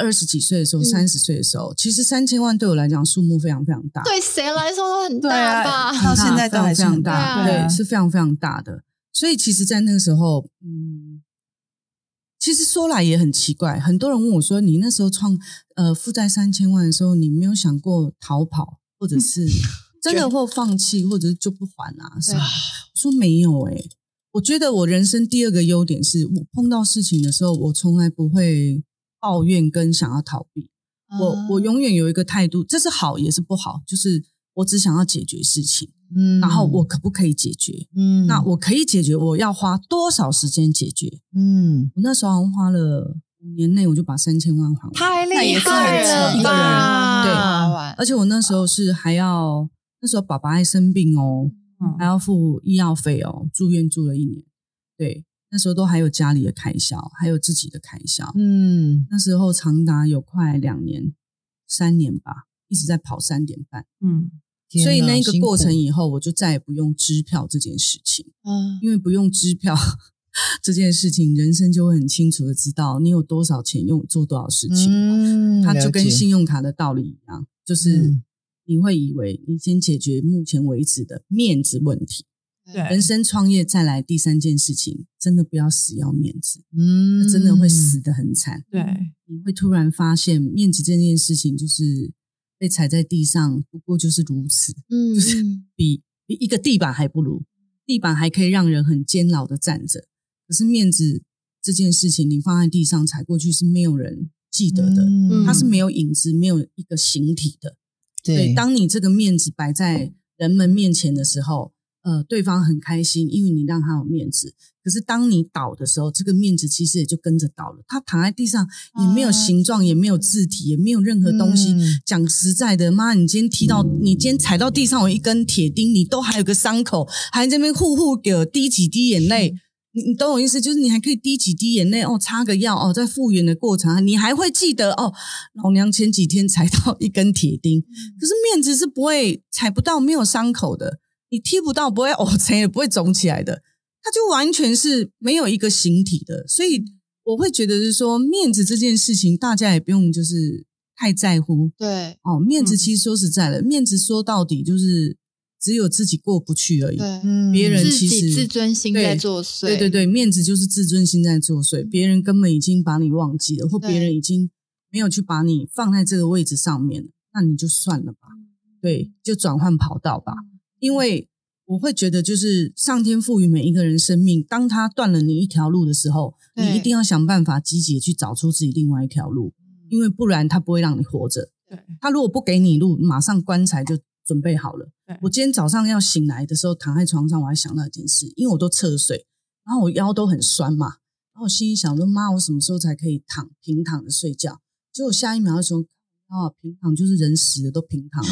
[SPEAKER 4] 二十几岁的时候，三十岁的时候，其实三千万对我来讲数目非常非常大。
[SPEAKER 2] 对谁来说都很
[SPEAKER 3] 对
[SPEAKER 2] 大
[SPEAKER 3] 啊
[SPEAKER 2] 吧？
[SPEAKER 3] 到现在都还是
[SPEAKER 4] 非常
[SPEAKER 3] 很
[SPEAKER 4] 大，
[SPEAKER 2] 大对
[SPEAKER 3] 啊
[SPEAKER 4] 是非常非常大的。所以其实，在那个时候，嗯，其实说来也很奇怪，很多人问我说：“你那时候创呃负债三千万的时候，你没有想过逃跑，或
[SPEAKER 3] 嗯
[SPEAKER 4] 者是真的或放弃，或者是就不还啊？”是吧？我说没有诶、我觉得我人生第二个优点是我碰到事情的时候，我从来不会抱怨跟想要逃避。
[SPEAKER 2] 嗯
[SPEAKER 4] 我
[SPEAKER 3] 啊
[SPEAKER 4] 我永远有一个态度，这是好也是不好，就是我只想要解决事情，
[SPEAKER 1] 嗯
[SPEAKER 4] 然后我可不可以解决？
[SPEAKER 1] 嗯
[SPEAKER 4] 那我可以解决，我要花多少时间解决？
[SPEAKER 1] 嗯，
[SPEAKER 4] 我那时候好像花了五年内，我就把三千万还完，
[SPEAKER 1] 太
[SPEAKER 3] 那
[SPEAKER 1] 厉
[SPEAKER 3] 也是很
[SPEAKER 1] 害了
[SPEAKER 3] 扯一个人
[SPEAKER 1] 吧，
[SPEAKER 4] 对
[SPEAKER 2] 啊哇
[SPEAKER 4] 而且我那时候是还要那时候爸爸还生病哦，
[SPEAKER 3] 嗯
[SPEAKER 4] 还要付医药费哦，住院住了一年，对，那时候都还有家里的开销，还有自己的开销，
[SPEAKER 1] 嗯
[SPEAKER 4] 那时候长达有快两年、三年吧，一直在跑三点半。
[SPEAKER 3] 嗯，
[SPEAKER 1] 天哪
[SPEAKER 4] 所以那个过程
[SPEAKER 1] 辛苦
[SPEAKER 4] 以后，我就再也不用支票这件事情，
[SPEAKER 2] 嗯
[SPEAKER 4] 因为不用支票这件事情，人生就会很清楚的知道你有多少钱用做多少事情。
[SPEAKER 1] 嗯，
[SPEAKER 4] 它就跟
[SPEAKER 1] 了解
[SPEAKER 4] 信用卡的道理一样，就是
[SPEAKER 1] 嗯
[SPEAKER 4] 你会以为你先解决目前为止的面子问题，
[SPEAKER 3] 对
[SPEAKER 4] 人生创业再来第三件事情，真的不要死要面子，
[SPEAKER 1] 嗯
[SPEAKER 4] 那真的会死得很惨。
[SPEAKER 3] 对，
[SPEAKER 4] 你会突然发现面子这件事情就是被踩在地上，不过就是如此，
[SPEAKER 2] 嗯嗯
[SPEAKER 4] 比比一个地板还不如，地板还可以让人很煎熬的站着，可是面子这件事情，你放在地上踩过去是没有人记得的，
[SPEAKER 1] 嗯
[SPEAKER 4] 它是没有影子，没有一个形体的。
[SPEAKER 1] 对
[SPEAKER 4] 当你这个面子摆在人们面前的时候，呃对方很开心，因为你让他有面子。可是当你倒的时候，这个面子其实也就跟着倒了。他躺在地上也没有形状，也没有字体，也没有任何东西。
[SPEAKER 1] 啊嗯
[SPEAKER 4] 讲实在的，妈，你今天踢到，你今天踩到地上有一根铁钉，你都还有个伤口，还在那边呼呼给我滴几滴眼泪。你你懂我意思，就是你还可以滴几滴眼泪哦，擦个药哦，在复原的过程，你还会记得哦，老娘前几天踩到 [LAUGHS] 一根铁钉，可是面子是不会踩不到，没有伤口的，你踢不到，不会哦，谁也不会肿起来的，它就完全是没有一个形体的，所以我会觉得是说面子这件事情，大家也不用就是太在乎，
[SPEAKER 2] 对
[SPEAKER 4] 哦，面子
[SPEAKER 3] 嗯
[SPEAKER 4] 其实说实在的，面子说到底就是只有自己过不去而已。
[SPEAKER 2] 对，
[SPEAKER 1] 嗯
[SPEAKER 4] 别人
[SPEAKER 2] 自
[SPEAKER 4] 其
[SPEAKER 2] 己
[SPEAKER 4] 实
[SPEAKER 2] 自尊心
[SPEAKER 4] 对
[SPEAKER 2] 在作祟，
[SPEAKER 4] 对对对，面子就是自尊心在作祟，别人根本已经把你忘记了，或
[SPEAKER 2] 对
[SPEAKER 4] 别人已经没有去把你放在这个位置上面了，那你就算了吧，对，就转换跑道吧。因为我会觉得，就是上天赋予每一个人生命，当他断了你一条路的时候，
[SPEAKER 2] 对
[SPEAKER 4] 你一定要想办法积极地去找出自己另外一条路，因为不然他不会让你活着。
[SPEAKER 3] 对，
[SPEAKER 4] 他如果不给你路，马上棺材就准备好了
[SPEAKER 3] 对。
[SPEAKER 4] 我今天早上要醒来的时候，躺在床上，我还想到一件事，因为我都侧睡，然后我腰都很酸嘛，然后我心里想说，妈，我什么时候才可以躺平躺着睡觉？结果下一秒的时候，啊，平躺就是人死了都平躺了，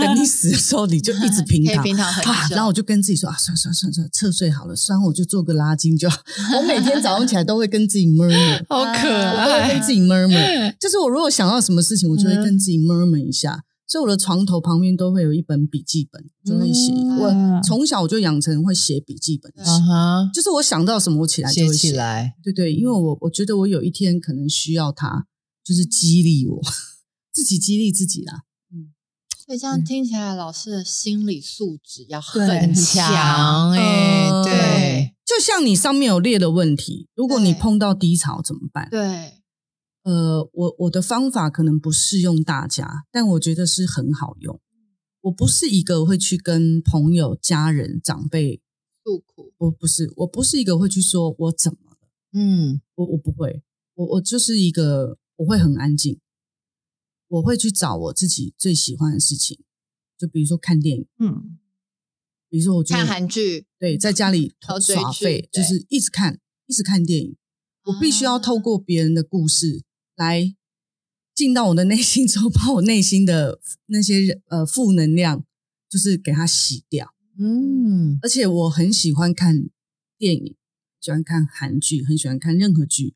[SPEAKER 2] [LAUGHS]
[SPEAKER 4] 你等你死的时候你就一直平
[SPEAKER 2] 可以
[SPEAKER 4] 躺。
[SPEAKER 2] 平常
[SPEAKER 4] 啊
[SPEAKER 2] 很，久，
[SPEAKER 4] 然后我就跟自己说啊，算算算算，侧睡好了，酸我就做个拉筋
[SPEAKER 2] [LAUGHS]
[SPEAKER 4] 就好。我每天早上起来都会跟自己 murmur，
[SPEAKER 1] 好可
[SPEAKER 4] 我都会
[SPEAKER 1] 爱
[SPEAKER 4] 跟自己 murmur，就
[SPEAKER 2] [LAUGHS]
[SPEAKER 4] 是我如果想到什么事情，我就会跟自己 murmur 一
[SPEAKER 2] 嗯
[SPEAKER 4] 下。所以我的床头旁边都会有一本笔记本，就会写。
[SPEAKER 1] 嗯
[SPEAKER 4] 我从小我就养成会写笔记本的
[SPEAKER 2] 嗯
[SPEAKER 4] 习
[SPEAKER 1] 啊
[SPEAKER 4] 惯，
[SPEAKER 1] 哈，
[SPEAKER 4] 就是我想到什么我起来就
[SPEAKER 1] 写
[SPEAKER 4] 会
[SPEAKER 1] 起
[SPEAKER 4] 写。
[SPEAKER 1] 来，
[SPEAKER 4] 对对，因为我我觉得我有一天可能需要它，就是激励我自己激励自己啦。
[SPEAKER 2] 所以这
[SPEAKER 4] 嗯
[SPEAKER 2] 样听起来，老师的心理素质要
[SPEAKER 3] 对
[SPEAKER 2] 很
[SPEAKER 3] 很
[SPEAKER 2] 强嗯
[SPEAKER 1] 强，哎、
[SPEAKER 4] 呃
[SPEAKER 1] 对，
[SPEAKER 4] 就像你上面有列的问题，如果你
[SPEAKER 2] 对
[SPEAKER 4] 碰到低潮怎么办？
[SPEAKER 2] 对，
[SPEAKER 4] 呃，我我的方法可能不适用大家，但我觉得是很好用。我不是一个会去跟朋友、家人、长辈，
[SPEAKER 2] 诉苦，
[SPEAKER 4] 我不是，我不是一个会去说我怎么了，
[SPEAKER 1] 嗯，
[SPEAKER 4] 我我不会，我我就是一个我会很安静，我会去找我自己最喜欢的事情，就比如说看电影，
[SPEAKER 3] 嗯，
[SPEAKER 4] 比如说我觉得
[SPEAKER 2] 看韩剧，
[SPEAKER 4] 对，在家里
[SPEAKER 2] 然后追
[SPEAKER 4] 耍
[SPEAKER 2] 剧
[SPEAKER 4] 废，就
[SPEAKER 2] 对，
[SPEAKER 4] 是一直看，一直看电影。我必须要透过别人的故事来进到我的内心之后，把我内心的那些呃负能量，就是给它洗掉。
[SPEAKER 1] 嗯，
[SPEAKER 4] 而且我很喜欢看电影，喜欢看韩剧，很喜欢看任何剧。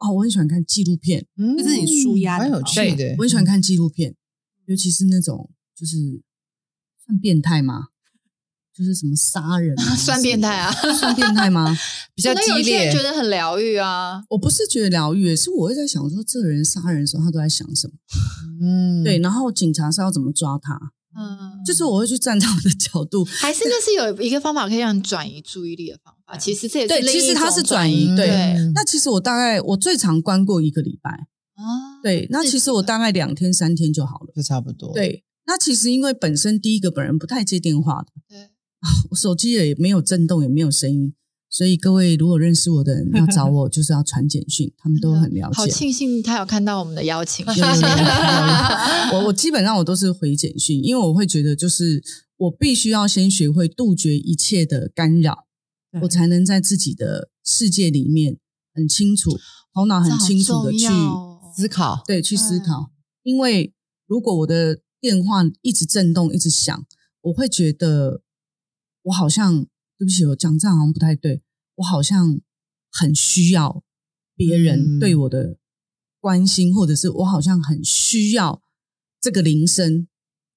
[SPEAKER 4] 哦，我很喜欢看纪录片，
[SPEAKER 1] 嗯
[SPEAKER 3] 就是你舒压的
[SPEAKER 1] 蛮有
[SPEAKER 3] 方
[SPEAKER 1] 趣
[SPEAKER 3] 法
[SPEAKER 1] 的，
[SPEAKER 4] 我很喜欢看纪录片，尤其是那种就是算变态吗？就是什么杀人、啊
[SPEAKER 2] 算变态啊，
[SPEAKER 4] 算变态吗？
[SPEAKER 1] 比较
[SPEAKER 2] 可能有
[SPEAKER 1] 激
[SPEAKER 2] 一些
[SPEAKER 1] 烈
[SPEAKER 2] 人，觉得很疗愈啊，
[SPEAKER 4] 我不是觉得疗愈，是我会在想说，这个人杀人的时候，他都在想什么？
[SPEAKER 1] 嗯，
[SPEAKER 4] 对，，然后警察是要怎么抓他？
[SPEAKER 2] 嗯，
[SPEAKER 4] 就是我会去站在我的角度，
[SPEAKER 2] 还是那是有一个方法可以让你转移注意力的方法，其实这也是
[SPEAKER 4] 对
[SPEAKER 2] 另一
[SPEAKER 4] 其实它是
[SPEAKER 2] 种
[SPEAKER 4] 转移
[SPEAKER 2] 对
[SPEAKER 4] 对
[SPEAKER 1] 嗯
[SPEAKER 4] 那其实我大概我最长关过一个礼拜，
[SPEAKER 2] 啊，
[SPEAKER 4] 对，那
[SPEAKER 2] 自己
[SPEAKER 4] 其实我
[SPEAKER 2] 的
[SPEAKER 4] 大概两天三天就好了。
[SPEAKER 1] 就差不多，，
[SPEAKER 4] 对，那其实因为本身第一个本人不太接电话的，
[SPEAKER 2] 对
[SPEAKER 4] 我手机也没有震动，也没有声音，所以各位如果认识我的人要找我，就是要传简讯，他们都很了
[SPEAKER 2] 嗯好
[SPEAKER 4] 解。
[SPEAKER 2] 庆幸他有看到我们的邀请，
[SPEAKER 3] [LAUGHS]
[SPEAKER 2] [LAUGHS]
[SPEAKER 4] 有有有有有我我基本上我都是回简讯，因为我会觉得就是我必须要先学会杜绝一切的干扰，
[SPEAKER 3] 对
[SPEAKER 4] 我才能在自己的世界里面很清楚，头脑很清楚的去
[SPEAKER 2] 这好重要哦
[SPEAKER 1] 思考，
[SPEAKER 4] 对去思考。因为如果我的电话一直震动，一直响，我会觉得我好像对不起，我讲这样好像不太对，我好像很需要别人
[SPEAKER 1] 嗯
[SPEAKER 4] 对我的关心，或者是我好像很需要这个铃声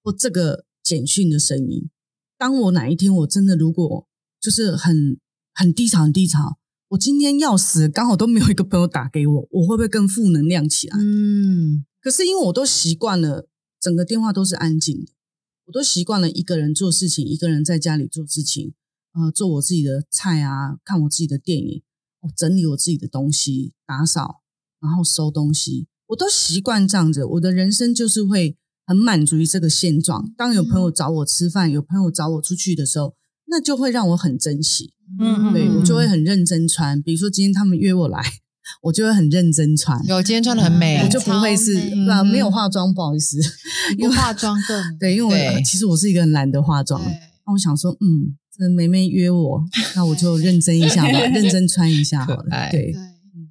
[SPEAKER 4] 或这个简讯的声音。当我哪一天我真的如果就是很很低潮，很低潮。我今天要死，刚好都没有一个朋友打给我，我会不会更负能量起来？
[SPEAKER 1] 嗯，
[SPEAKER 4] 可是因为我都习惯了，整个电话都是安静的，我都习惯了一个人做事情，一个人在家里做事情，呃，做我自己的菜啊，看我自己的电影，我整理我自己的东西，打扫，然后收东西，我都习惯这样子。我的人生就是会很满足于这个现状。当有朋友找我吃饭，有朋友找我出去的时候，那就会让我很珍惜。
[SPEAKER 3] 嗯
[SPEAKER 4] 对我
[SPEAKER 1] 嗯
[SPEAKER 4] 就会很认真穿，比如说今天他们约我来，我就会很认真穿。
[SPEAKER 1] 有今天穿的很美，
[SPEAKER 4] 我就不会是
[SPEAKER 2] 超美
[SPEAKER 4] 啊，
[SPEAKER 3] 嗯
[SPEAKER 4] 没有化妆，不好意思， [LAUGHS]
[SPEAKER 2] 不化妆更
[SPEAKER 3] [LAUGHS]
[SPEAKER 4] 对，因为我、
[SPEAKER 1] 对
[SPEAKER 4] 呃其实我是一个很懒得化妆，
[SPEAKER 2] 对
[SPEAKER 4] 那我想说，嗯，这梅梅约
[SPEAKER 3] [LAUGHS]
[SPEAKER 4] 我，那我就认真一下吧，认真穿一下好了
[SPEAKER 1] 可爱。
[SPEAKER 4] 对
[SPEAKER 2] 对，
[SPEAKER 3] 嗯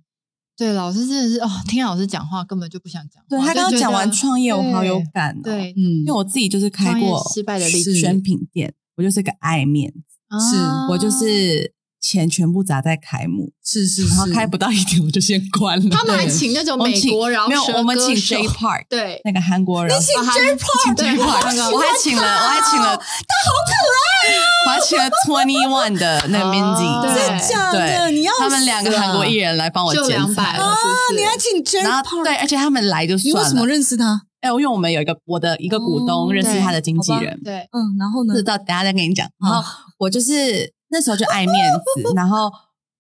[SPEAKER 2] 对，老师真的是哦，听老师讲话根本就不想讲话。
[SPEAKER 3] 对他刚刚讲完
[SPEAKER 2] 就觉
[SPEAKER 3] 创业，我好有
[SPEAKER 2] 对
[SPEAKER 3] 感哦。
[SPEAKER 2] 得，对，
[SPEAKER 3] 因
[SPEAKER 4] 嗯
[SPEAKER 3] 为我自己就是开
[SPEAKER 2] 创
[SPEAKER 3] 过
[SPEAKER 2] 业失败的例子
[SPEAKER 3] 选品店，我就是个爱面子，
[SPEAKER 4] 是
[SPEAKER 2] 啊
[SPEAKER 3] 我就是钱全部砸在开幕，
[SPEAKER 4] 是是
[SPEAKER 3] 然后
[SPEAKER 4] 是，
[SPEAKER 3] 开不到一点我就先关了。
[SPEAKER 2] 他们还
[SPEAKER 4] 对
[SPEAKER 2] 请那种
[SPEAKER 3] 我们
[SPEAKER 2] 美
[SPEAKER 3] 请
[SPEAKER 2] 国饶
[SPEAKER 3] 没有，
[SPEAKER 2] 舌
[SPEAKER 3] 我们请
[SPEAKER 2] 歌手
[SPEAKER 3] J Park
[SPEAKER 2] 对，
[SPEAKER 3] 那个韩国人，
[SPEAKER 2] 请 J Park，对，那个
[SPEAKER 3] 我还请了，我还请了，他好可爱，我还请了 Twenty One 的那个 m i n
[SPEAKER 2] 哦
[SPEAKER 3] d
[SPEAKER 2] 对
[SPEAKER 3] y
[SPEAKER 4] 真的假的？
[SPEAKER 3] 对
[SPEAKER 4] 你要
[SPEAKER 3] 他们两个
[SPEAKER 4] 死啊
[SPEAKER 3] 韩国艺，人来帮我
[SPEAKER 2] 就
[SPEAKER 3] 剪啊
[SPEAKER 2] 两
[SPEAKER 3] 彩
[SPEAKER 2] 百
[SPEAKER 3] 了
[SPEAKER 2] 了，是不
[SPEAKER 4] 你
[SPEAKER 2] 是
[SPEAKER 4] 还请 J
[SPEAKER 3] 然后
[SPEAKER 4] Park？
[SPEAKER 3] 对，而且他们来就
[SPEAKER 4] 你为
[SPEAKER 3] 算
[SPEAKER 4] 什么
[SPEAKER 3] 了。
[SPEAKER 4] 认识他？
[SPEAKER 3] 哎，因为我们有一个我的一个股
[SPEAKER 4] 哦
[SPEAKER 3] 东认识他的经纪
[SPEAKER 4] 对
[SPEAKER 3] 人，
[SPEAKER 2] 对，
[SPEAKER 4] 嗯，然后呢
[SPEAKER 3] 这？到等下再跟你讲。然后我就是那时候就爱面
[SPEAKER 4] [LAUGHS]
[SPEAKER 3] 子，然后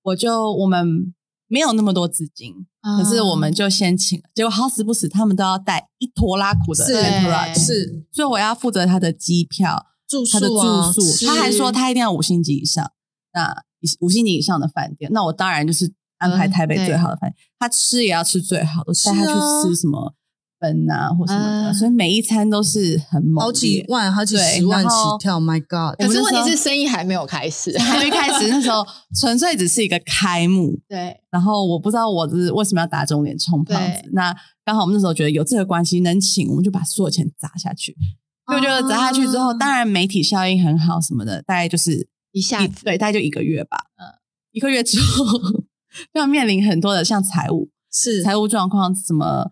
[SPEAKER 3] 我就我们没有那么多资金，可是我
[SPEAKER 4] 嗯
[SPEAKER 3] 们就先请了，结果好死不死他们都要带一拖拉苦的
[SPEAKER 4] 是
[SPEAKER 3] entourage，
[SPEAKER 4] 是
[SPEAKER 3] 所以我要负责他的机票、
[SPEAKER 4] 住
[SPEAKER 3] 他的
[SPEAKER 4] 宿啊，
[SPEAKER 3] 住
[SPEAKER 4] 吃
[SPEAKER 3] 宿，他还说他一定要五星级以上，那五星级以上的饭店，那我当然就是安排
[SPEAKER 2] 嗯
[SPEAKER 3] 台北
[SPEAKER 2] 对
[SPEAKER 3] 最好的饭店，他吃也要吃最好的，
[SPEAKER 4] 是
[SPEAKER 3] 带
[SPEAKER 4] 啊
[SPEAKER 3] 他去吃什么粉啊或什么的，
[SPEAKER 2] 嗯
[SPEAKER 3] 所以每一餐都是很猛烈，
[SPEAKER 4] 好哦几
[SPEAKER 3] [LAUGHS]
[SPEAKER 4] 万、好几
[SPEAKER 3] 对
[SPEAKER 4] 十万
[SPEAKER 3] 然
[SPEAKER 4] 起
[SPEAKER 3] 后
[SPEAKER 4] 跳，My God！
[SPEAKER 2] 嗯可是问
[SPEAKER 3] 我们那
[SPEAKER 2] 题
[SPEAKER 3] 时
[SPEAKER 2] 是生意还没有开始，
[SPEAKER 3] 还没开始，那时候纯粹只是一个开幕。
[SPEAKER 2] 对，
[SPEAKER 3] 然后我不知道我是为什么要打肿脸充胖
[SPEAKER 2] 对
[SPEAKER 3] 子。那刚好我们那时候觉得有这个关系能请，我们就把所有钱砸下去。就我觉得砸下去之后，
[SPEAKER 2] 啊
[SPEAKER 3] 当然媒体效应很好什么的，大概就是
[SPEAKER 2] 一下
[SPEAKER 3] 一
[SPEAKER 2] 子
[SPEAKER 3] 对，大概就一个月吧。
[SPEAKER 2] 嗯
[SPEAKER 3] 嗯，一个月之后要面临很多的像财务、
[SPEAKER 4] 是
[SPEAKER 3] 财务状况、什么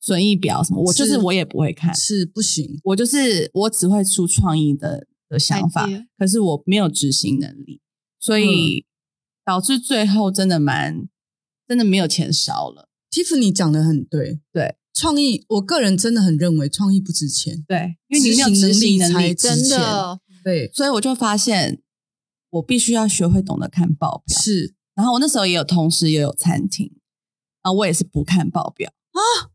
[SPEAKER 3] 损益表什么，我就是
[SPEAKER 4] 是
[SPEAKER 3] 我也不会看，
[SPEAKER 4] 是不行，
[SPEAKER 3] 我就是我只会出创意的的想法
[SPEAKER 2] idea，
[SPEAKER 3] 可是我没有执行能力，所以导致最后真的蛮真的没有钱烧了。
[SPEAKER 4] Tiffany 讲的很对，
[SPEAKER 3] 对
[SPEAKER 4] 创意，我个人真的很认为创意不值钱，
[SPEAKER 3] 对，因为你没有
[SPEAKER 4] 执
[SPEAKER 3] 执
[SPEAKER 4] 行
[SPEAKER 3] 行
[SPEAKER 4] 能力
[SPEAKER 3] 能力，
[SPEAKER 4] 才值
[SPEAKER 2] 真
[SPEAKER 4] 钱
[SPEAKER 2] 的
[SPEAKER 4] 对，
[SPEAKER 3] 所以我就发现我必须要学会懂得看报表。
[SPEAKER 4] 是
[SPEAKER 3] 然后我那时候也有同时也有餐厅啊，我也是不看报表啊，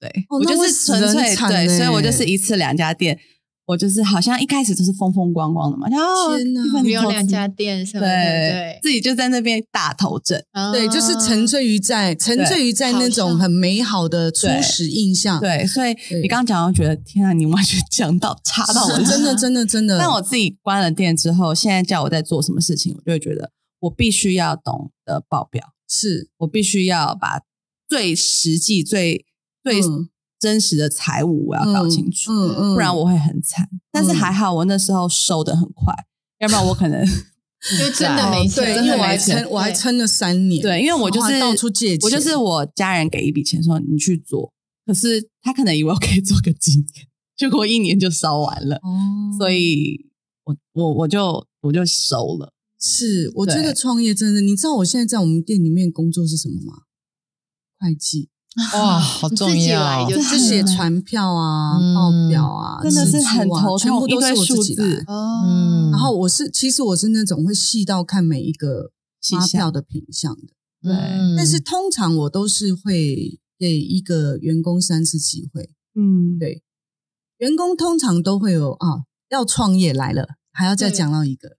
[SPEAKER 3] 对、
[SPEAKER 4] 哦
[SPEAKER 3] 我
[SPEAKER 4] 那
[SPEAKER 3] 就
[SPEAKER 4] 会
[SPEAKER 3] 是
[SPEAKER 4] 死
[SPEAKER 3] 纯
[SPEAKER 4] 得很
[SPEAKER 3] 粹
[SPEAKER 4] 惨
[SPEAKER 3] 对，
[SPEAKER 4] 欸
[SPEAKER 3] 所以我就是一次两家店，我就是好像一开始都是风风光光的嘛，然后
[SPEAKER 4] 天哪
[SPEAKER 2] 没有两家店什么
[SPEAKER 3] 对
[SPEAKER 2] 的，
[SPEAKER 3] 自己就在那边大头阵，
[SPEAKER 2] 对
[SPEAKER 4] 对，就是
[SPEAKER 3] 啊
[SPEAKER 4] 沉醉于在沉醉于在那种很美好的初始印象，
[SPEAKER 3] 对，所以
[SPEAKER 4] 啊对
[SPEAKER 3] 你刚刚讲，我觉得天啊，你完全讲到插
[SPEAKER 4] [LAUGHS]
[SPEAKER 3] 到我
[SPEAKER 4] 是真的
[SPEAKER 3] 的。
[SPEAKER 4] 真的真的。
[SPEAKER 3] 但我自己关了店之后，现在叫我在做什么事情，我就会觉得我必须要懂得报表，
[SPEAKER 4] 是
[SPEAKER 3] 我必须要把最实际、最最
[SPEAKER 4] 嗯
[SPEAKER 3] 真实的财务我要搞清楚。
[SPEAKER 4] 嗯嗯，
[SPEAKER 3] 不然我会很惨。但是还好我那时候收的很快，要不然我可
[SPEAKER 4] [LAUGHS]
[SPEAKER 3] 能
[SPEAKER 2] 就真的没钱，
[SPEAKER 4] 哦对，
[SPEAKER 3] 真
[SPEAKER 4] 因
[SPEAKER 3] 的
[SPEAKER 4] 为我还
[SPEAKER 3] 没钱
[SPEAKER 4] 撑我还撑了三年，
[SPEAKER 3] 对，因为我就
[SPEAKER 4] 然
[SPEAKER 3] 是
[SPEAKER 4] 后还到处借钱，哦
[SPEAKER 3] 我就是我家人给一笔钱说你去做，可是他可能以为我可以做个几年，结果一年就烧完了，
[SPEAKER 4] 哦，
[SPEAKER 3] 所以我我我就我就收了。
[SPEAKER 4] 是我觉
[SPEAKER 3] 对
[SPEAKER 4] 得创业真的，你知道我现在在我们店里面工作是什么吗？
[SPEAKER 3] [LAUGHS]
[SPEAKER 4] 会计，
[SPEAKER 1] 哇，好
[SPEAKER 2] [LAUGHS] 你自
[SPEAKER 1] 重
[SPEAKER 2] 己来
[SPEAKER 1] 要
[SPEAKER 2] 就，
[SPEAKER 4] 就写传票啊、
[SPEAKER 1] 嗯
[SPEAKER 4] 报表啊，
[SPEAKER 3] 真的是
[SPEAKER 4] 支出啊
[SPEAKER 3] 很头痛
[SPEAKER 4] 全部都是我自己
[SPEAKER 3] 一堆数
[SPEAKER 4] 来
[SPEAKER 3] 字。
[SPEAKER 2] 哦，
[SPEAKER 4] 然后我是，其实我是那种会细到看每一个
[SPEAKER 3] 细
[SPEAKER 4] 发
[SPEAKER 3] 项
[SPEAKER 4] 票的品项的，
[SPEAKER 3] 对
[SPEAKER 1] 嗯
[SPEAKER 4] 但是通常我都是会给一个员工三次机会。
[SPEAKER 3] 嗯，
[SPEAKER 4] 对员工通常都会有啊，要创业来了，还要再
[SPEAKER 2] 对
[SPEAKER 4] 讲到一个，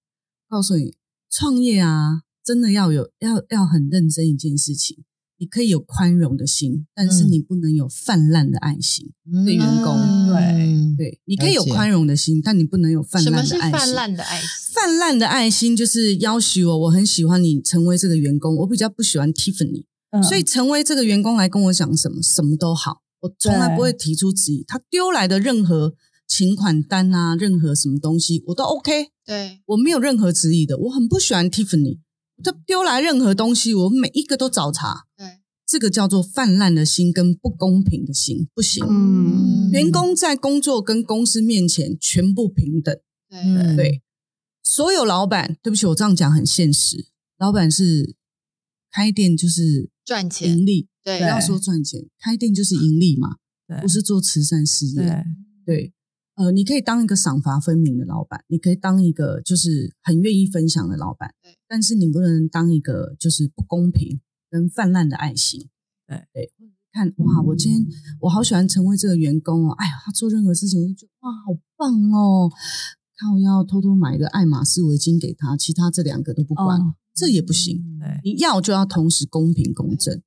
[SPEAKER 4] 告诉你创业啊，真的要有要要很认真一件事情，你可以有宽容的心，但是
[SPEAKER 1] 嗯
[SPEAKER 4] 你不能有泛滥的爱心。对员工
[SPEAKER 1] 嗯，
[SPEAKER 4] 对，你可以有
[SPEAKER 1] 了解
[SPEAKER 4] 宽容的心，但你不能有泛
[SPEAKER 2] 什么
[SPEAKER 4] 滥
[SPEAKER 2] 是
[SPEAKER 4] 的爱
[SPEAKER 2] 泛
[SPEAKER 4] 心。
[SPEAKER 2] 滥的爱情？
[SPEAKER 4] 泛滥的爱心就是要许我，我很喜欢你成为这个员工，我比较不喜欢 Tiffany，、
[SPEAKER 3] 嗯
[SPEAKER 4] 所以成为这个员工来跟我讲什么，什么都好，我从来不会提出质疑。他丢来的任何请款单啊，任何什么东西，我都 OK，
[SPEAKER 2] 对，
[SPEAKER 4] 我没有任何质疑的。我很不喜欢 Tiffany，他丢来任何东西，我每一个都找茬。
[SPEAKER 2] 对，
[SPEAKER 4] 这个叫做泛滥的心跟不公平的心，不行。
[SPEAKER 3] 嗯
[SPEAKER 4] 员工在工作跟公司面前全部平等。
[SPEAKER 2] 对，
[SPEAKER 1] 嗯
[SPEAKER 4] 对，所有老板，对不起，我这样讲很现实。老板是开店就是
[SPEAKER 2] 赚钱，
[SPEAKER 4] 盈利，
[SPEAKER 2] 对
[SPEAKER 4] 不，要说赚钱，开店就是盈利嘛，
[SPEAKER 3] 对
[SPEAKER 4] 不是做慈善事
[SPEAKER 3] 对
[SPEAKER 4] 业。对，呃，你可以当一个赏罚分明的老板，你可以当一个就是很愿意分享的老板
[SPEAKER 2] 对，
[SPEAKER 4] 但是你不能当一个就是不公平跟泛滥的爱心。
[SPEAKER 3] 对
[SPEAKER 4] 对，看哇，我今天我好喜欢成为这个员工哦，哎呀，他做任何事情我就觉得哇，好棒哦。看我要偷偷买一个爱马仕围巾给他，其他这两个都不管，
[SPEAKER 3] 哦
[SPEAKER 4] 这也不行。
[SPEAKER 3] 对
[SPEAKER 4] 你要就要同时公平公正，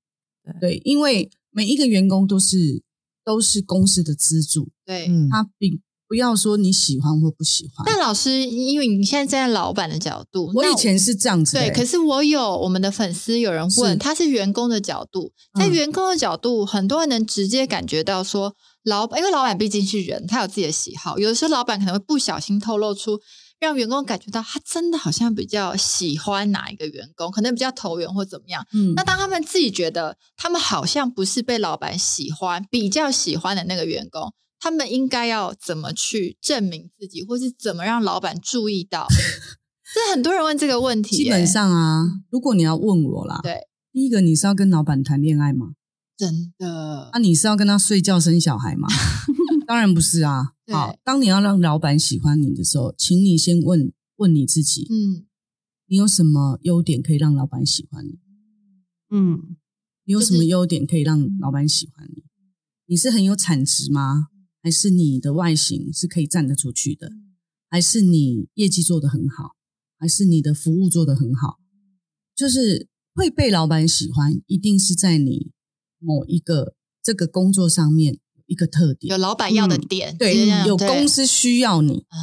[SPEAKER 4] 对，因为每一个员工都是都是公司的支柱，
[SPEAKER 2] 对，
[SPEAKER 1] 嗯，
[SPEAKER 4] 他并不要说你喜欢或不喜欢。
[SPEAKER 2] 但老师，因为你现在站在老板的角度，
[SPEAKER 4] 我
[SPEAKER 2] 那
[SPEAKER 4] 以前是这样子的、欸
[SPEAKER 2] 对，可是我有我们的粉丝有人问，
[SPEAKER 4] 是
[SPEAKER 2] 他是员工的角度，在
[SPEAKER 4] 嗯
[SPEAKER 2] 员工的角度，很多人能直接感觉到说，老板，因为老板毕竟是人，他有自己的喜好，有的时候老板可能会不小心透露出。让员工感觉到他真的好像比较喜欢哪一个员工，可能比较投缘或怎么样。
[SPEAKER 4] 嗯
[SPEAKER 2] 那当他们自己觉得他们好像不是被老板喜欢、比较喜欢的那个员工，他们应该要怎么去证明自己，或是怎么让老板注意到？ [LAUGHS] 这很多人问这个问题耶、
[SPEAKER 4] 基本上啊，如果你要问我啦，
[SPEAKER 2] 对，
[SPEAKER 4] 第一个你是要跟老板谈恋爱吗？
[SPEAKER 2] 真的
[SPEAKER 4] 啊，你是要跟他睡觉生小孩吗？ [LAUGHS] 当然不是啊。
[SPEAKER 2] [LAUGHS] 对
[SPEAKER 4] 好，当你要让老板喜欢你的时候，请你先问问你自己，
[SPEAKER 2] 嗯，
[SPEAKER 4] 你有什么优点可以让老板喜欢你？
[SPEAKER 3] 嗯，
[SPEAKER 4] 你有
[SPEAKER 2] 就是
[SPEAKER 4] 什么优点可以让老板喜欢你？你是很有产值吗？还是你的外形是可以站得出去的？还是你业绩做得很好？还是你的服务做得很好？就是会被老板喜欢，一定是在你某一个这个工作上面有一个特
[SPEAKER 2] 有
[SPEAKER 4] 点，
[SPEAKER 2] 老板要的点，直接
[SPEAKER 4] 嗯对
[SPEAKER 2] 这，样
[SPEAKER 4] 有
[SPEAKER 2] 对
[SPEAKER 4] 公司需要你，
[SPEAKER 2] 啊，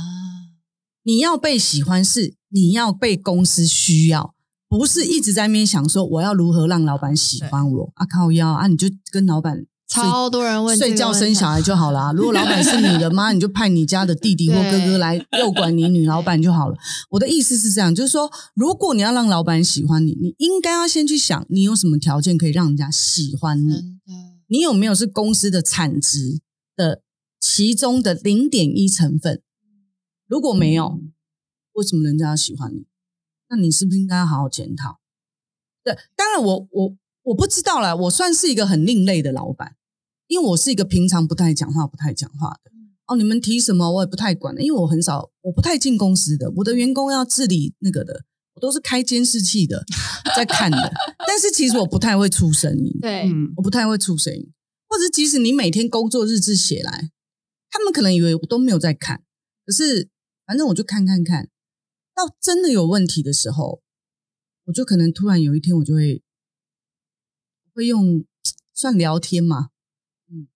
[SPEAKER 4] 你要被喜欢是你要被公司需要，不是一直在面想说我要如何让老板喜欢我啊靠腰啊，你就跟老板睡
[SPEAKER 2] 超多人问这个
[SPEAKER 4] 睡觉生小孩就好啊啦。如果老板是你的 [LAUGHS] 妈，你就派你家的弟弟或哥哥来诱管你女老板就好了。我的意思是这样，就是说，如果你要让老板喜欢你，你应该要先去想你有什么条件可以让人家喜欢你，
[SPEAKER 2] 真的
[SPEAKER 4] 你有没有是公司的产值的其中的零点一成分？如果没有，为什么人家要喜欢你？那你是不是应该要好好检讨？对，当然我我我不知道啦，我算是一个很另类的老板，因为我是一个平常不太讲话、不太讲话的。哦，你们提什么我也不太管的，因为我很少，我不太进公司的，我的员工要治理那个的，我都是开监视器的，在看的。 [LAUGHS] 但是其实我不太会出声音，
[SPEAKER 2] 对，
[SPEAKER 3] 嗯
[SPEAKER 4] 我不太会出声音，或者即使你每天工作日志写来，他们可能以为我都没有在看，可是反正我就看看看，到真的有问题的时候，我就可能突然有一天我就会会用算聊天嘛，嗯，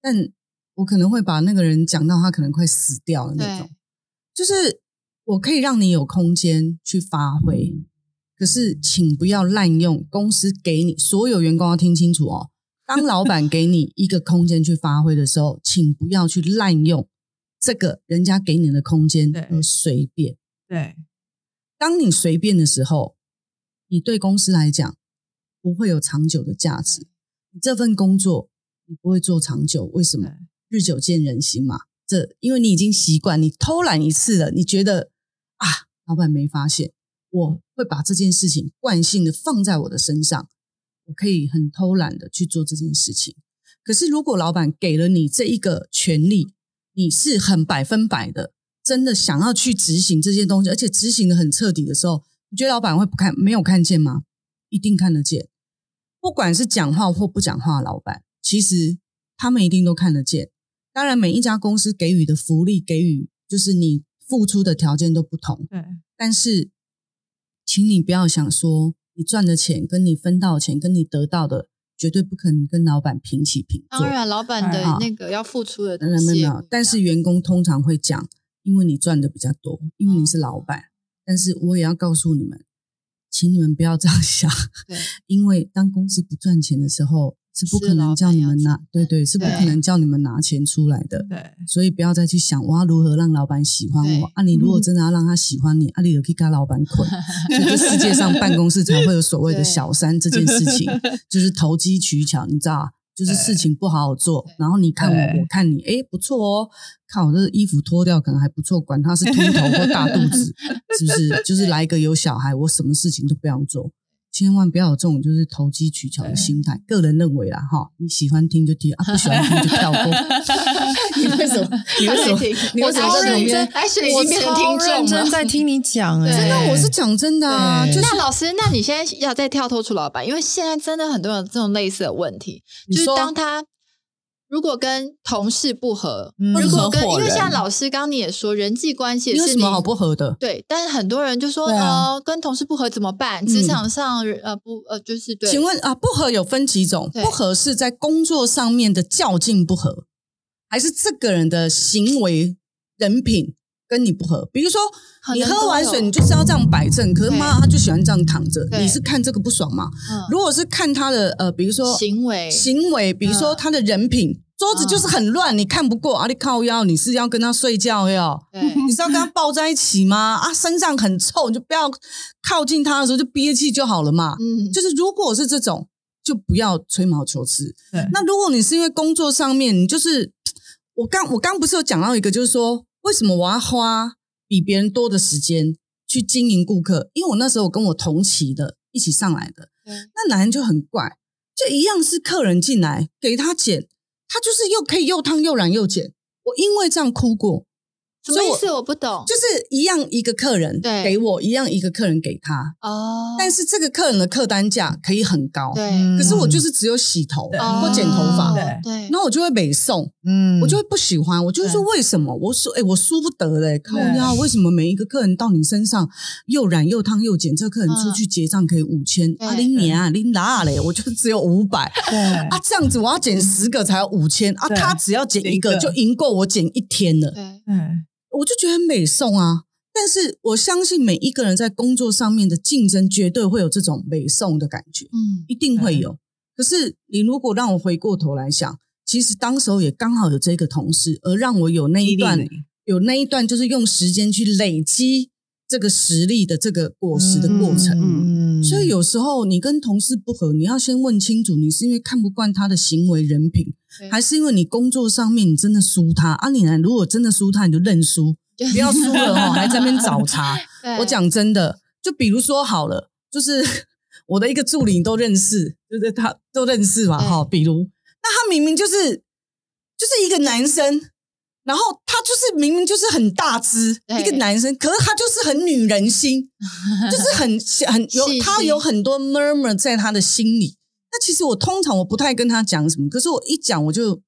[SPEAKER 4] 但我可能会把那个人讲到他可能快死掉了那种，就是我可以让你有空间去发挥，
[SPEAKER 3] 嗯
[SPEAKER 4] 可是请不要滥用公司给你所有员工要听清楚哦。当老板给你一个空间去发挥的
[SPEAKER 3] [LAUGHS]
[SPEAKER 4] 时候，请不要去滥用这个人家给你的空间
[SPEAKER 3] 对
[SPEAKER 4] 而随便。
[SPEAKER 3] 对，
[SPEAKER 4] 当你随便的时候，你对公司来讲不会有长久的价值。你这份工作你不会做长久，为什么
[SPEAKER 3] 对？
[SPEAKER 4] 日久见人心嘛。这因为你已经习惯，你偷懒一次了，你觉得啊，老板没发现，我会把这件事情惯性的放在我的身上，我可以很偷懒的去做这件事情。可是如果老板给了你这一个权利，你是很百分百的，真的想要去执行这件东西，而且执行的很彻底的时候，你觉得老板会不看没有看见吗？一定看得见，不管是讲话或不讲话，老板其实他们一定都看得见。当然，每一家公司给予的福利给予就是你付出的条件都不同，
[SPEAKER 3] 对，
[SPEAKER 4] 但是，请你不要想说你赚的钱跟你分到的钱跟你得到的绝对不可能跟老板平起平坐。
[SPEAKER 2] 当然老板的
[SPEAKER 3] 当然
[SPEAKER 2] 那个要付出的
[SPEAKER 4] 没
[SPEAKER 2] 东
[SPEAKER 4] 有
[SPEAKER 2] 西
[SPEAKER 4] 没
[SPEAKER 2] 也
[SPEAKER 4] 有
[SPEAKER 3] 啊
[SPEAKER 2] 不一，
[SPEAKER 4] 但
[SPEAKER 2] 样
[SPEAKER 4] 是员工通常会讲，因为你赚的比较多，因为你是老
[SPEAKER 3] 哦
[SPEAKER 4] 板。但是我也要告诉你们，请你们不要这样想，
[SPEAKER 2] 对
[SPEAKER 4] 因为当公司不赚钱的时候，是不
[SPEAKER 2] 是
[SPEAKER 4] 可能
[SPEAKER 2] 老
[SPEAKER 4] 叫
[SPEAKER 2] 板
[SPEAKER 4] 你
[SPEAKER 2] 要
[SPEAKER 4] 们拿
[SPEAKER 2] 承，
[SPEAKER 4] 对对，是不可
[SPEAKER 2] 对
[SPEAKER 4] 能叫你们拿钱出来的。
[SPEAKER 3] 对，
[SPEAKER 4] 所以不要再去想我要如何让老板喜欢
[SPEAKER 2] 对嗯
[SPEAKER 4] 我。啊，你如果真的要让他喜欢你，啊，你有去跟老板捆。所以这世界上办公室才会有所谓的小三这件事
[SPEAKER 2] [LAUGHS]
[SPEAKER 4] 情，就是投机取巧，你知道啊就是事情不好好做
[SPEAKER 2] 对，
[SPEAKER 4] 然后你看我，
[SPEAKER 3] 对
[SPEAKER 4] 我看你，诶，不错哦，看我这衣服脱掉可能还不错，管他是秃头或大肚子，
[SPEAKER 2] [LAUGHS]
[SPEAKER 4] 是不是？就是来一个有小孩，我什么事情都不用做。千万不要有这种就是投机取巧的心态，个人认为啦哈，你喜欢听就听啊，不喜欢听就跳过。你为什么？你为什么？你为什么
[SPEAKER 2] 我
[SPEAKER 4] 在
[SPEAKER 2] 超
[SPEAKER 4] 旁
[SPEAKER 2] 认真
[SPEAKER 4] 边？
[SPEAKER 2] ，Ashley 已经变成听
[SPEAKER 1] 我超认
[SPEAKER 2] 众了
[SPEAKER 1] 真。在听你讲、哎，
[SPEAKER 2] [LAUGHS] 对
[SPEAKER 4] 真 [LAUGHS] 的，我是讲真的啊，
[SPEAKER 1] 对
[SPEAKER 4] 就是
[SPEAKER 2] 那老师，那你现在要再跳脱出老板，因为现在真的很多人有这种类似的问题，
[SPEAKER 4] 你
[SPEAKER 2] 就是
[SPEAKER 4] 说
[SPEAKER 2] 当他如果跟同事不和，
[SPEAKER 1] 嗯
[SPEAKER 2] 如果跟
[SPEAKER 3] 合伙
[SPEAKER 2] 因为
[SPEAKER 3] 人
[SPEAKER 2] 现在老师刚刚你也说人际关系也
[SPEAKER 4] 你有
[SPEAKER 2] 是
[SPEAKER 4] 什
[SPEAKER 2] 你
[SPEAKER 4] 么好不合的？
[SPEAKER 2] 对，但是很多人就说、
[SPEAKER 4] 对啊
[SPEAKER 2] 呃，跟同事不和怎么办？职
[SPEAKER 4] 嗯
[SPEAKER 2] 场上、呃不呃就是对，
[SPEAKER 4] 请问啊，不合有分几种？
[SPEAKER 2] 对
[SPEAKER 4] 不合是在工作上面的较劲不合，还是这个人的行为人品跟你不合？比如说
[SPEAKER 2] 可能
[SPEAKER 4] 你
[SPEAKER 2] 都
[SPEAKER 4] 喝完
[SPEAKER 2] 有
[SPEAKER 4] 水你就是要这样摆正，可是妈他就喜欢这样躺着，
[SPEAKER 2] 对
[SPEAKER 4] 你是看这个不爽吗？
[SPEAKER 2] 嗯
[SPEAKER 4] 如果是看他的呃，比如说
[SPEAKER 2] 行为
[SPEAKER 4] 行为，比如说
[SPEAKER 2] 嗯
[SPEAKER 4] 他的人品，桌子就是很乱，你看不过啊，你靠腰，你是要跟他睡觉哟。
[SPEAKER 2] 对，
[SPEAKER 4] 你是要跟他抱在一起吗？啊，身上很臭，你就不要靠近他的时候就憋气就好了嘛。
[SPEAKER 2] 嗯，
[SPEAKER 4] 就是如果是这种，就不要吹毛求疵。
[SPEAKER 1] 对
[SPEAKER 4] 那如果你是因为工作上面，你就是我刚我刚不是有讲到一个，就是说为什么我要花比别人多的时间去经营顾客？因为我那时候跟我同期的一起上来的，
[SPEAKER 2] 对
[SPEAKER 4] 那男人就很怪，就一样是客人进来给他剪，他就是又可以又烫又染又剪。我因为这样哭过，
[SPEAKER 2] 什么
[SPEAKER 4] 所以
[SPEAKER 2] 意
[SPEAKER 4] 我
[SPEAKER 2] 思？我不懂
[SPEAKER 4] 就是一样一个客人
[SPEAKER 2] 对
[SPEAKER 4] 给我，一样一个客人给他，
[SPEAKER 2] 哦，
[SPEAKER 4] 但
[SPEAKER 2] 是
[SPEAKER 4] 是这个客人的客单价可以很高，
[SPEAKER 2] 对
[SPEAKER 4] 可是我就是只有洗头
[SPEAKER 3] 对
[SPEAKER 2] 嗯哦
[SPEAKER 4] 或剪头发，
[SPEAKER 3] 对
[SPEAKER 2] 对
[SPEAKER 4] 然，后我就会美送，
[SPEAKER 1] 嗯
[SPEAKER 4] 我就会不喜欢，我就会说为什么？我说哎、我舒不得嘞、靠呀，为什么每一个客人到你身上又染又烫又剪？这个客人出去结账可以五千，
[SPEAKER 2] 对
[SPEAKER 4] 啊你娘啊你哪嘞？我就只有五百
[SPEAKER 3] [LAUGHS]
[SPEAKER 4] [LAUGHS]
[SPEAKER 3] 对
[SPEAKER 4] 啊，这样子我要剪十个才有五千啊，
[SPEAKER 3] 对
[SPEAKER 4] 他只要剪一
[SPEAKER 3] 剪
[SPEAKER 4] 个
[SPEAKER 3] 一个
[SPEAKER 4] 就赢过我剪一天了，
[SPEAKER 2] 对
[SPEAKER 3] 对
[SPEAKER 4] 我就觉得很美送啊。但是我相信每一个人在工作上面的竞争，绝对会有这种美送的感觉。
[SPEAKER 2] 嗯
[SPEAKER 4] 一定会有。可是你如果让我回过头来想，其实当时候也刚好有这个同事，而让我有那一段
[SPEAKER 3] 激励你
[SPEAKER 4] 有那一段，就是用时间去累积这个实力的这个果实的过程。
[SPEAKER 1] 嗯
[SPEAKER 4] 所以有时候你跟同事不合，你要先问清楚，你是因为看不惯他的行为人品
[SPEAKER 2] 对，
[SPEAKER 4] 还是因为你工作上面你真的输他啊？你呢？如果真的输他，你就认输，不要输了哦，还在那边找茬。
[SPEAKER 2] 对
[SPEAKER 4] 我讲真的，就比如说好了，就是 [LAUGHS] 我的一个助理你都认识，就是他都认识嘛，
[SPEAKER 2] 对
[SPEAKER 4] 哈、比如那他明明就是就是一个男生，然后他就是明明就是很大只
[SPEAKER 2] 对
[SPEAKER 4] 一个男生，可是他就是很女
[SPEAKER 2] [LAUGHS]
[SPEAKER 4] 人心，就是很很有
[SPEAKER 2] 细心
[SPEAKER 4] 他有很多 murmur 在他的心里。那其实我通常我不太跟他讲什么，可是我一讲我就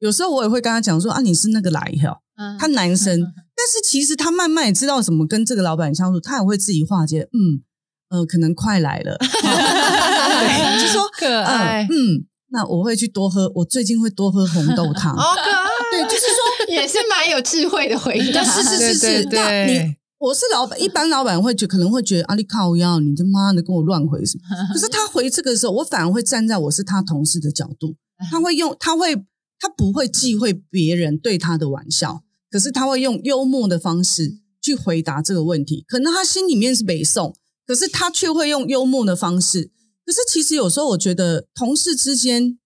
[SPEAKER 4] 有时候我也会跟他讲说啊，你是那个来哈、
[SPEAKER 2] 嗯
[SPEAKER 4] 他男生，但是其实他慢慢也知道怎么跟这个老板相处，他也会自己化解。嗯，呃，可能快来
[SPEAKER 2] [LAUGHS]
[SPEAKER 4] 了，对，就说
[SPEAKER 1] 可
[SPEAKER 4] 嗯，嗯，那我会去多喝，我最近会多喝红豆汤。
[SPEAKER 2] 哦
[SPEAKER 1] 好可爱，
[SPEAKER 4] 对，就是
[SPEAKER 2] [LAUGHS]
[SPEAKER 4] 说，
[SPEAKER 2] 也是蛮有智慧的回答，
[SPEAKER 4] 但 [LAUGHS] 是是是
[SPEAKER 1] 对
[SPEAKER 4] 是，
[SPEAKER 1] 对
[SPEAKER 4] 那
[SPEAKER 1] 对
[SPEAKER 4] 你我是老板，一般老板会觉可能会觉得啊，你靠腰，你他妈的跟我乱回什么？可是他回这个的时候，我反而会站在我是他同事的角度，他会用，他会，他不会忌讳别人对他的玩笑，可是他会用幽默的方式去回答这个问题。可能他心里面是北宋，可是他却会用幽默的方式。可是其实有时候我觉得同事之间，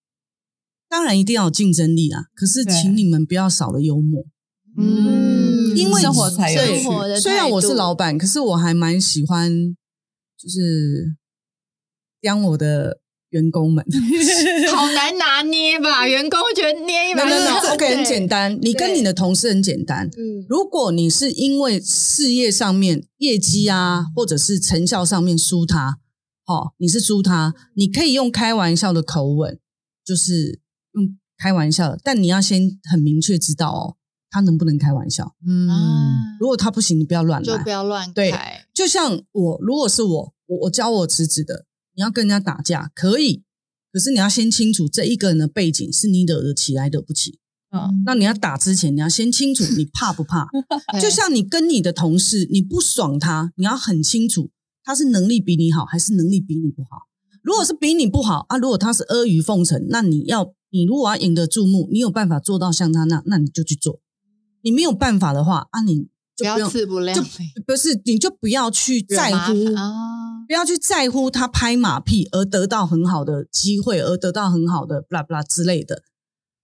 [SPEAKER 4] 当然一定要有竞争力啦，可是
[SPEAKER 1] 对
[SPEAKER 4] 请你们不要少了幽默。
[SPEAKER 2] 嗯
[SPEAKER 4] 因为
[SPEAKER 3] 生活才有
[SPEAKER 4] 对
[SPEAKER 3] 趣
[SPEAKER 2] 生。活的态度
[SPEAKER 4] 虽然我是老板，可是我还蛮喜欢，就是将我的员工们。
[SPEAKER 2] 好难拿捏吧？员工觉得捏一把
[SPEAKER 4] 没有没有
[SPEAKER 2] 手
[SPEAKER 4] ，OK，很简，单。你跟你的同事很简单。
[SPEAKER 2] 对嗯，
[SPEAKER 4] 如果你是因为事业上面业绩啊，或者是成效上面输他，哦，你是输他，你可以用开玩笑的口吻，就是用开玩笑，但你要先很明确知道哦，他能不能开玩笑。
[SPEAKER 1] 嗯，
[SPEAKER 2] 啊
[SPEAKER 4] 如果他不行，你不要乱来，
[SPEAKER 2] 就不要乱
[SPEAKER 4] 对
[SPEAKER 2] 开，
[SPEAKER 4] 就像我，如果是我，我我教我侄子的，你要跟人家打架可以，可是你要先清楚这一个人的背景是你惹得起来惹不起。
[SPEAKER 3] 嗯
[SPEAKER 4] 那你要打之前，你要先清楚你怕不怕。
[SPEAKER 2] [LAUGHS] 对
[SPEAKER 4] 就像你跟你的同事，你不爽他，你要很清楚他是能力比你好还是能力比你不好。如果是比你不好啊，如果他是阿谀奉承，那你要你如果要赢得注目，你有办法做到像他那，那你就去做。你没有办法的话啊，你
[SPEAKER 2] 不
[SPEAKER 4] 就不
[SPEAKER 2] 要
[SPEAKER 4] 用
[SPEAKER 2] 自不量
[SPEAKER 4] 就
[SPEAKER 2] 力，
[SPEAKER 4] 不是，你就不要去在乎，
[SPEAKER 2] 惹麻烦啊，
[SPEAKER 4] 不要去在乎他拍马屁而得到很好的机会，而得到很好的 blah blah 之类的。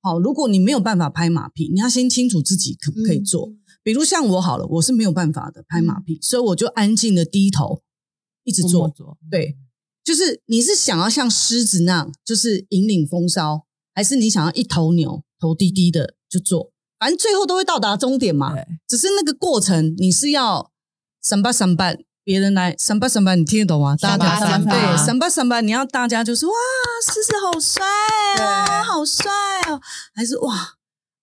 [SPEAKER 4] 好，如果你没有办法拍马屁，你要先清楚自己可不可以做。
[SPEAKER 3] 嗯
[SPEAKER 4] 比如像我好了，我是没有办法的拍马屁，所以我就安静的低头，一直
[SPEAKER 3] 默默
[SPEAKER 4] 做。
[SPEAKER 3] 做
[SPEAKER 4] 对，就是你是想要像狮子那样，就是引领风骚，还是你想要一头牛头低低的就做？反正最后都会到达终点嘛。
[SPEAKER 3] 对
[SPEAKER 4] 只是那个过程你是要三八三八，别人来三八三八，你听得懂吗？大
[SPEAKER 2] 三八
[SPEAKER 4] 家
[SPEAKER 2] 三八啊
[SPEAKER 4] 对三八三八，你要大家就是哇，思思好帅啊，
[SPEAKER 3] 对
[SPEAKER 4] 好帅哦，还是哇，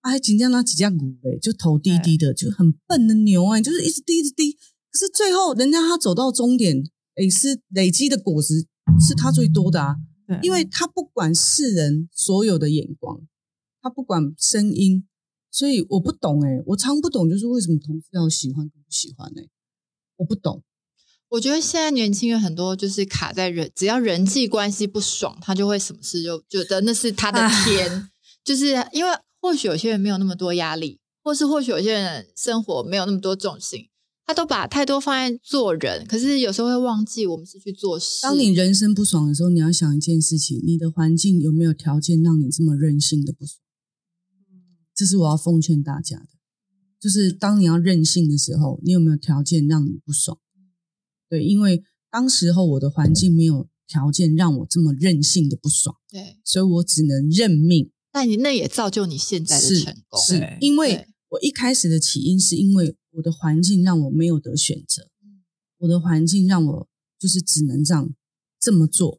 [SPEAKER 4] 哎，紧张那几架鼓哎，就头低低的，就很笨的牛哎、就是一直低一直低，可是最后人家他走到终点，也是累积的果实是他最多的啊，
[SPEAKER 3] 对
[SPEAKER 4] 因为他不管世人所有的眼光，他不管声音，所以我不懂哎、我常不懂就是为什么同事要喜欢跟不喜欢哎、我不懂。
[SPEAKER 2] 我觉得现在年轻人很多就是卡在人，只要人际关系不爽，他就会什么事就觉得那是他的天，就是因为或许有些人没有那么多压力，或是或许有些人生活没有那么多重心，他都把太多放在做人，可是有时候会忘记我们是去做事。
[SPEAKER 4] 当你人生不爽的时候，你要想一件事情：你的环境有没有条件让你这么任性的不爽？这是我要奉劝大家的，就是当你要任性的时候，你有没有条件让你不爽？对，因为当时候我的环境没有条件让我这么任性的不爽，
[SPEAKER 2] 对，
[SPEAKER 4] 所以我只能认命。
[SPEAKER 2] 但你那也造就你现在的
[SPEAKER 4] 是
[SPEAKER 2] 成功。
[SPEAKER 4] 是
[SPEAKER 3] 对
[SPEAKER 4] 因为
[SPEAKER 2] 对
[SPEAKER 4] 我一开始的起因是因为我的环境让我没有得选择，
[SPEAKER 2] 嗯
[SPEAKER 4] 我的环境让我就是只能这样这么做，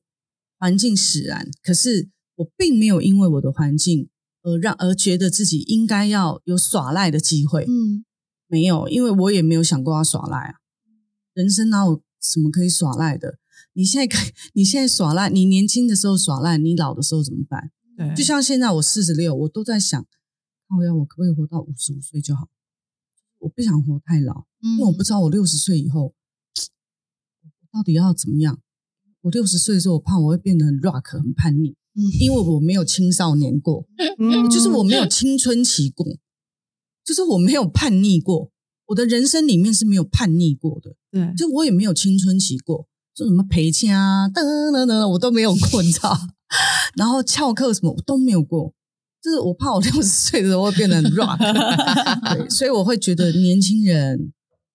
[SPEAKER 4] 环境使然。可是我并没有因为我的环境而让而觉得自己应该要有耍赖的机会，
[SPEAKER 2] 嗯，
[SPEAKER 4] 没有，因为我也没有想过要耍赖啊。人生哪有什么可以耍赖的？你现在可以，你现在耍赖，你年轻的时候耍赖，你老的时候怎么办？
[SPEAKER 3] 对，
[SPEAKER 4] 就像现在我四十六，我都在想，看要我可不可以活到五十五岁就好。我不想活太老，因为我
[SPEAKER 2] 嗯
[SPEAKER 4] 不知道我六十岁以后到底要怎么样。我六十岁的时候，我怕我会变得很 rock 很叛逆，
[SPEAKER 2] 嗯
[SPEAKER 4] 因为我没有青少年过，
[SPEAKER 3] 嗯
[SPEAKER 4] 就是我没有青春期过，就是我没有叛逆过。我的人生里面是没有叛逆过的，
[SPEAKER 3] 对，
[SPEAKER 4] 就我也没有青春期过，说什么陪嫁啊，噔噔噔，我都没有过，你知道？ [LAUGHS] 然后翘课什么我都没有过，就是我怕我六十岁的时候会变得很 rock，对所以我会觉得年轻人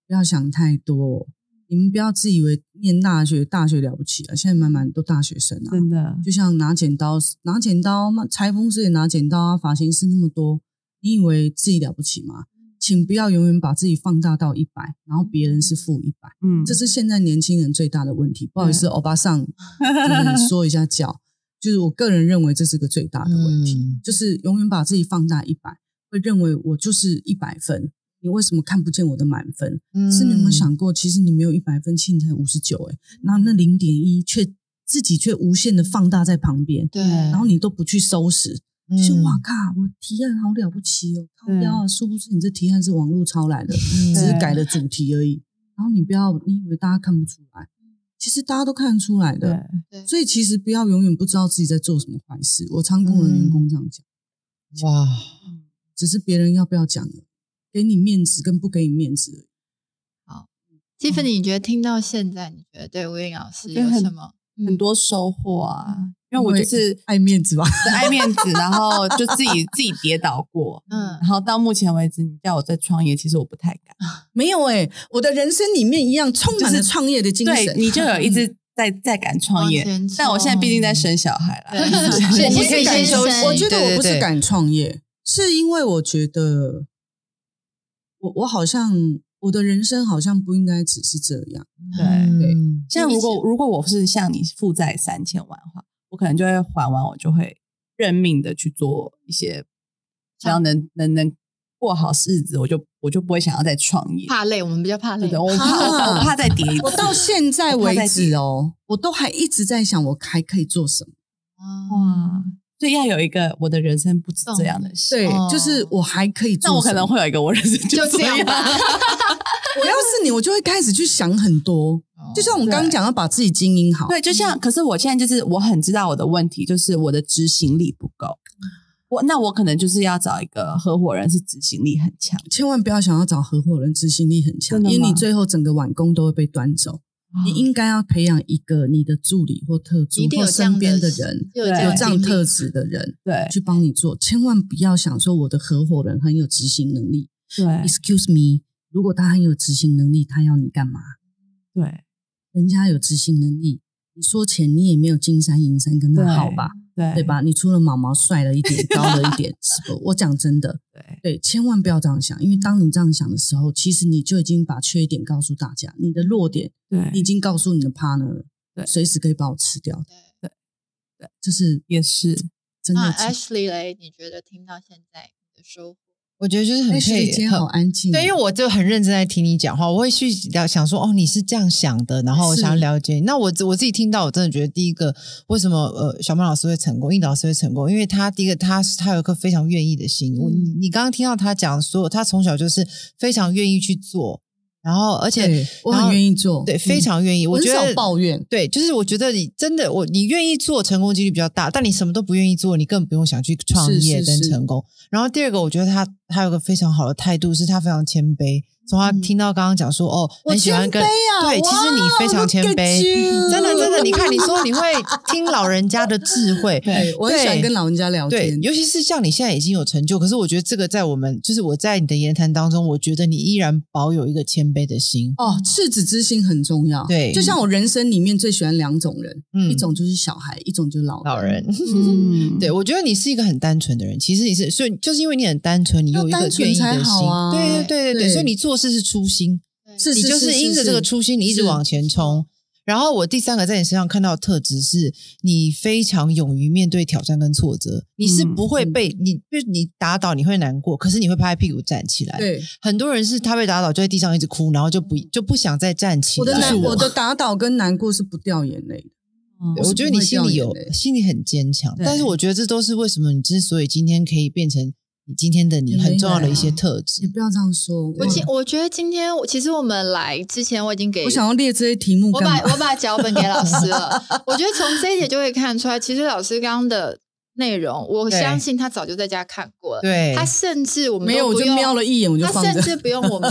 [SPEAKER 4] 不要想太多，你们不要自以为念大学大学了不起啊，现在满满都大学生啊，
[SPEAKER 3] 真的，
[SPEAKER 4] 就像拿剪刀拿剪刀嘛，裁缝师也拿剪刀啊，发型师那么多，你以为自己了不起吗？请不要永远把自己放大到一百，然后别人是负一百。
[SPEAKER 3] 嗯，
[SPEAKER 4] 这是现在年轻人最大的问题。不好意思，欧巴桑，就是说一下教，就是我个人认为这是个最大的问题，
[SPEAKER 1] 嗯
[SPEAKER 4] 就是永远把自己放大一百，会认为我就是一百分。你为什么看不见我的满分？是你有
[SPEAKER 1] 嗯
[SPEAKER 4] 没有想过，其实你没有一百分，其实你才五十九，哎，然后那零点一却自己却无限的放大在旁边，
[SPEAKER 2] 对，
[SPEAKER 1] 然
[SPEAKER 4] 然后你都不去收拾，
[SPEAKER 1] 嗯？
[SPEAKER 4] 就是哇靠，我提案好了不起哦，靠
[SPEAKER 3] 对
[SPEAKER 4] 腰啊！殊不知你这提案是网络抄来的，
[SPEAKER 1] 嗯
[SPEAKER 4] 只是
[SPEAKER 3] 对
[SPEAKER 4] 改了主题而已。然后你不要，你以为大家看不出来，其实大家都看得出来
[SPEAKER 3] 对
[SPEAKER 4] 的。，所以其实不要永远不知道自己在做什么坏事。我常跟我的员工这样讲，
[SPEAKER 1] 哇，
[SPEAKER 4] 只是别人要不要讲而已，给你面子跟不给你面子而已。
[SPEAKER 2] Tiffany，你觉得听到现在，你觉得对威廉老师
[SPEAKER 3] 嗯我觉
[SPEAKER 2] 有
[SPEAKER 3] 得很
[SPEAKER 2] 什么？
[SPEAKER 3] 很多收获啊，因为我
[SPEAKER 4] 因为
[SPEAKER 3] 就是
[SPEAKER 4] 爱面子吧，
[SPEAKER 3] 爱面子，然后就自己自己跌倒过，
[SPEAKER 2] 嗯
[SPEAKER 3] 然后到目前为止，你叫我再创业，其实我不太敢。
[SPEAKER 4] 没有哎、我的人生里面一样充满了创业的精
[SPEAKER 3] 对
[SPEAKER 4] 神。，嗯
[SPEAKER 3] 你就有一直在在敢创业
[SPEAKER 2] 往前冲，
[SPEAKER 3] 但我现在毕竟在生小孩了， [LAUGHS]
[SPEAKER 2] 对
[SPEAKER 1] 所以
[SPEAKER 4] 我不
[SPEAKER 1] 你
[SPEAKER 4] 哦是
[SPEAKER 1] 可以
[SPEAKER 4] 敢
[SPEAKER 1] 先休息。
[SPEAKER 4] 我觉得我
[SPEAKER 1] 对
[SPEAKER 4] 不是
[SPEAKER 1] 对对
[SPEAKER 4] 敢创业，是因为我觉得我我好像我的人生好像不应该只是这样。嗯
[SPEAKER 3] 对
[SPEAKER 1] 对
[SPEAKER 3] 现在如果如果我是像你负债三千万的话，我可能就会还完，我就会认命的去做一些，只要能能能过好日子，我就我就不会想要再创业。
[SPEAKER 2] 怕累，我们比较怕累
[SPEAKER 3] 对。的，我怕
[SPEAKER 4] 啊
[SPEAKER 3] 我我怕再跌一次。
[SPEAKER 4] 我到现在
[SPEAKER 3] 我怕
[SPEAKER 4] 为
[SPEAKER 3] 再
[SPEAKER 4] 止哦，我都还一直在想我还可以做什么。
[SPEAKER 3] 哇，
[SPEAKER 2] 嗯
[SPEAKER 3] 所以要有一个我的人生不止这样的事。
[SPEAKER 4] 对，
[SPEAKER 2] 哦
[SPEAKER 4] 就是我还可以
[SPEAKER 3] 那
[SPEAKER 4] 做什么。
[SPEAKER 3] 我可能会有一个我人生
[SPEAKER 2] 就这
[SPEAKER 3] 这
[SPEAKER 2] 样吧。 [LAUGHS]
[SPEAKER 4] 我要是你，我就会开始去想很多。就像我们刚刚讲，要把自己经营
[SPEAKER 3] [LAUGHS]
[SPEAKER 4] 好。
[SPEAKER 3] 对，就像，可是我现在就是我很知道我的问题，就是我的执行力不够。我那我可能就是要找一个合伙人是执行力很强，
[SPEAKER 4] 千万不要想要找合伙人，执行力很强
[SPEAKER 3] 真，的吗
[SPEAKER 4] 因为你最后整个晚工都会被端走。你应该要培养一个你的助理或特助
[SPEAKER 2] 一定
[SPEAKER 4] 或
[SPEAKER 2] 有这样
[SPEAKER 4] 身边
[SPEAKER 2] 的
[SPEAKER 4] 的人，
[SPEAKER 2] 有
[SPEAKER 3] 对
[SPEAKER 4] 有这样
[SPEAKER 2] 经历
[SPEAKER 4] 特质的人
[SPEAKER 3] 对
[SPEAKER 4] 去帮你做，千万不要想说我的合伙人很有执行能力。
[SPEAKER 3] 对
[SPEAKER 4] Excuse me，如果他很有执行能力，他要你干嘛？
[SPEAKER 3] 对
[SPEAKER 4] 人家有执行能力，你说钱你也没有金山银山跟他好吧，
[SPEAKER 3] 对
[SPEAKER 4] 对吧？你除了毛毛帅了一点， [LAUGHS] 高了一点，是不？我讲真的，
[SPEAKER 3] 对
[SPEAKER 4] 对，千万不要这样想，因为当你这样想的时候，其实你就已经把缺点告诉大家，你的弱点你
[SPEAKER 3] 对，
[SPEAKER 4] 已经告诉你的 partner 了，
[SPEAKER 3] 对
[SPEAKER 4] 随时可以把我吃掉。
[SPEAKER 3] 对
[SPEAKER 4] 这是
[SPEAKER 3] 也是
[SPEAKER 4] 真
[SPEAKER 2] 那
[SPEAKER 4] 的。
[SPEAKER 1] 哎
[SPEAKER 2] Ashley 嘞，你觉得听到现在你的收获？
[SPEAKER 1] 我觉得就是很
[SPEAKER 4] 但是
[SPEAKER 1] 可
[SPEAKER 4] 你
[SPEAKER 1] 以
[SPEAKER 4] 今天
[SPEAKER 1] 很
[SPEAKER 4] 好安静哦，
[SPEAKER 1] 对，因为我就很认真在听你讲话，我会去了想说，哦，你是这样想的，然后我
[SPEAKER 4] 是
[SPEAKER 1] 想要了解你。那我自我自己听到，我真的觉得第一个，为什么呃小曼老师会成功，应老师会成功，因为他第一个他是他有一颗非常愿意的心。我你你刚刚听到他讲说，他从小就是非常愿意去做，然后而且
[SPEAKER 4] 对我很愿
[SPEAKER 1] 意，
[SPEAKER 4] 意做，
[SPEAKER 1] 对，非
[SPEAKER 4] 嗯
[SPEAKER 1] 常愿意。我
[SPEAKER 4] 很
[SPEAKER 1] 觉
[SPEAKER 4] 少
[SPEAKER 1] 得
[SPEAKER 4] 抱怨
[SPEAKER 1] 对，就是我觉得你真的我你愿意做，成功几率比较大。但你什么都不愿意做，你更不用想去创
[SPEAKER 4] 是
[SPEAKER 1] 业
[SPEAKER 4] 是
[SPEAKER 1] 跟
[SPEAKER 4] 是
[SPEAKER 1] 成功。然后第二个，我觉得他他有个非常好的态度，是他非常谦卑。从他
[SPEAKER 2] 嗯
[SPEAKER 1] 听到刚刚讲说，哦，
[SPEAKER 4] 我
[SPEAKER 1] 很喜欢
[SPEAKER 4] 谦
[SPEAKER 1] 跟、
[SPEAKER 4] 卑啊，
[SPEAKER 1] 对，其实你非常谦卑，真的真的。你
[SPEAKER 4] [LAUGHS]
[SPEAKER 1] 看，你说你会听老人家的智慧，
[SPEAKER 4] 对我很喜欢跟老人家聊
[SPEAKER 1] 对
[SPEAKER 4] 天，，
[SPEAKER 1] 尤其是像你现在已经有成就，可是我觉得这个在我们就是我在你的言谈当中，我觉得你依然保有一个谦卑的心。
[SPEAKER 4] 哦，赤子之心很重要，
[SPEAKER 1] 对
[SPEAKER 4] 就像我人生里面最喜欢两种人，
[SPEAKER 1] 嗯
[SPEAKER 4] 一种就是小孩，一种就是老
[SPEAKER 1] 老人。
[SPEAKER 4] 嗯，
[SPEAKER 1] [LAUGHS] 对，我觉得你是一个很单纯的人，其实你是，所以就是因为你很单纯，你有一
[SPEAKER 4] 要
[SPEAKER 1] 个
[SPEAKER 4] 单纯
[SPEAKER 1] 愿意
[SPEAKER 4] 才
[SPEAKER 1] 的
[SPEAKER 4] 好
[SPEAKER 1] 心，
[SPEAKER 4] 啊
[SPEAKER 1] 对对对对对，
[SPEAKER 4] 对
[SPEAKER 1] 所以你做事是初心，
[SPEAKER 4] 是，
[SPEAKER 1] 你就是因着这个
[SPEAKER 4] 是
[SPEAKER 1] 初心，你一直
[SPEAKER 4] 是
[SPEAKER 1] 往前冲。然后我第三个在你身上看到的特质是，你非常勇于面对挑战跟挫折，你是
[SPEAKER 4] 嗯
[SPEAKER 1] 不会
[SPEAKER 4] 嗯
[SPEAKER 1] 被、你就是你打倒，你会难过，可是你会拍屁股站起来。，
[SPEAKER 4] 对嗯
[SPEAKER 1] 很多人是他被打倒就在地上一直哭，然后就不就不想再站起来。
[SPEAKER 4] 我的
[SPEAKER 1] 就是
[SPEAKER 4] 难，
[SPEAKER 1] 我
[SPEAKER 4] 我的打倒跟难过是不掉眼泪的。
[SPEAKER 3] 嗯
[SPEAKER 1] 我觉得你心里有
[SPEAKER 4] 我是不会掉眼泪
[SPEAKER 1] 心里很坚强，
[SPEAKER 4] 对
[SPEAKER 1] 但是我觉得这都是为什么你之所以今天可以变成你今天的你
[SPEAKER 4] 也没
[SPEAKER 1] 很重要的
[SPEAKER 4] 有啊
[SPEAKER 1] 一些特
[SPEAKER 4] 你
[SPEAKER 1] 质。
[SPEAKER 4] 不要这样说，
[SPEAKER 2] 我
[SPEAKER 4] 我
[SPEAKER 2] 今我觉得今天我其实我们来之前我已经给
[SPEAKER 4] 我想要列这些题目
[SPEAKER 2] 我
[SPEAKER 4] 干
[SPEAKER 2] 把
[SPEAKER 4] 嘛？
[SPEAKER 2] 我把脚本给老师了。 [LAUGHS] 我觉得从这一点就可以看出来，其实老师刚刚的内容，我
[SPEAKER 1] 对
[SPEAKER 2] 相信他早就在家看过了。
[SPEAKER 1] 对
[SPEAKER 2] 他甚至我们
[SPEAKER 4] 没有，
[SPEAKER 2] 都
[SPEAKER 4] 我
[SPEAKER 2] 不
[SPEAKER 4] 就
[SPEAKER 2] 用
[SPEAKER 4] 瞄了一眼，我就放
[SPEAKER 2] 他
[SPEAKER 4] 着
[SPEAKER 2] 甚。至不用我们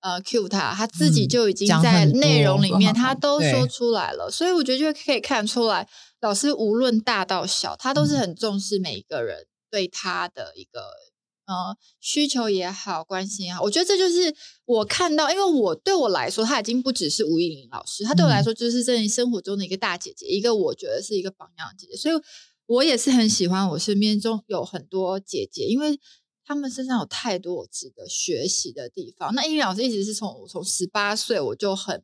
[SPEAKER 2] 呃 cue 他，他自己
[SPEAKER 1] 嗯
[SPEAKER 2] 就已经
[SPEAKER 1] 讲
[SPEAKER 2] 在
[SPEAKER 1] 很多
[SPEAKER 2] 内容里面，
[SPEAKER 4] 说好
[SPEAKER 2] 他都
[SPEAKER 1] 对
[SPEAKER 2] 说出来了。所以我觉得就可以看出来，老师无论大到小，他都是很重视每一个人对他的一个。呃，需求也好，关心也好，我觉得这就是我看到，因为我对我来说，他已经不只是吴以玲老师，他对我来
[SPEAKER 1] 嗯
[SPEAKER 2] 说就是真的生活中的一个大姐姐，一个我觉得是一个榜样的姐姐，所以我也是很喜欢我身边中有很多姐姐，因为她们身上有太多我值得学习的地方。那英语老师一直是从我从十八岁我就很，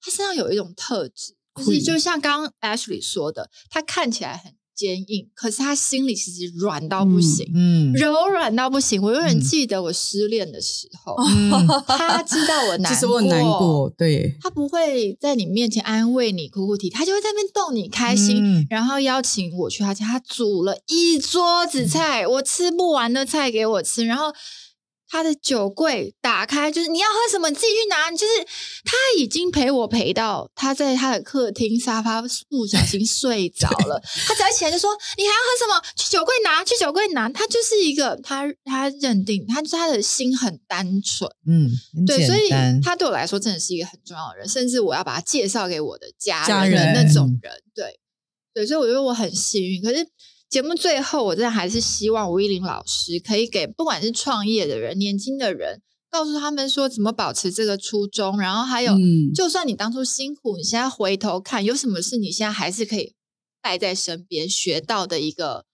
[SPEAKER 2] 她身上有一种特质，就是就像刚刚 Ashley 说的，她看起来很坚硬，可是她心里其实软到不行。
[SPEAKER 1] 嗯
[SPEAKER 2] 柔软到不行，我永远
[SPEAKER 1] 嗯
[SPEAKER 2] 记得我失恋的时候，
[SPEAKER 1] 嗯
[SPEAKER 2] 她知道我难
[SPEAKER 4] [LAUGHS] 哦 [LAUGHS] 其实我很难过，对，
[SPEAKER 2] 他不会在你面前安慰你、哭哭啼，啼，他就会在那边逗你开心，
[SPEAKER 1] 嗯
[SPEAKER 2] 然后邀请我去他家。他煮了一桌子菜，我吃不完的菜给我吃，然后他的酒柜打开，就是你要喝什么你自己去拿。就是他已经陪我陪到他在他的客厅沙发不小心睡着了，他只要一起来就说你还要喝什么？去酒柜拿，去酒柜拿。他就是一个他他认定他他的心很单纯。
[SPEAKER 1] 嗯，很
[SPEAKER 2] 对，所以
[SPEAKER 1] 简单
[SPEAKER 2] 他对我来说真的是一个很重要的人，甚至我要把他介绍给我的家
[SPEAKER 4] 家
[SPEAKER 2] 人
[SPEAKER 4] 人
[SPEAKER 2] 的那种人。对，对，所以我觉得我很幸运。可是节目最后，我真的还是希望吴依林老师可以给不管是创业的人、年轻的人，告诉他们说怎么保持这个初衷，然后还有，
[SPEAKER 4] 嗯
[SPEAKER 2] 就算你当初辛苦，你现在回头看，有什么事你现在还是可以带在身边学到的一个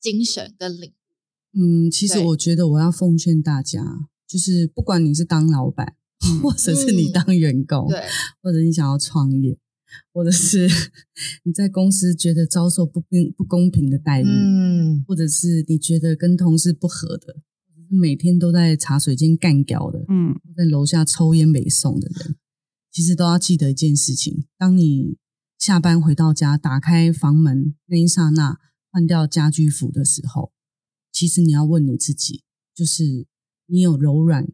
[SPEAKER 2] 精神跟领。
[SPEAKER 4] 嗯，其实
[SPEAKER 2] 对
[SPEAKER 4] 我觉得我要奉劝大家，就是不管你是当老板，或者是你
[SPEAKER 2] 嗯
[SPEAKER 4] 当员工，
[SPEAKER 2] 对，
[SPEAKER 4] 或者你想要创业，或者是 [LAUGHS] 你在公司觉得遭受不公不公平的待遇，
[SPEAKER 1] 嗯
[SPEAKER 4] 或者是你觉得跟同事不合的，或者是每天都在茶水间干掉的，
[SPEAKER 3] 嗯，
[SPEAKER 4] 或在楼下抽烟没送的人，其实都要记得一件事情：当你下班回到家，打开房门那一刹那，换掉家居服的时候，其实你要问你自己，就是你有柔软，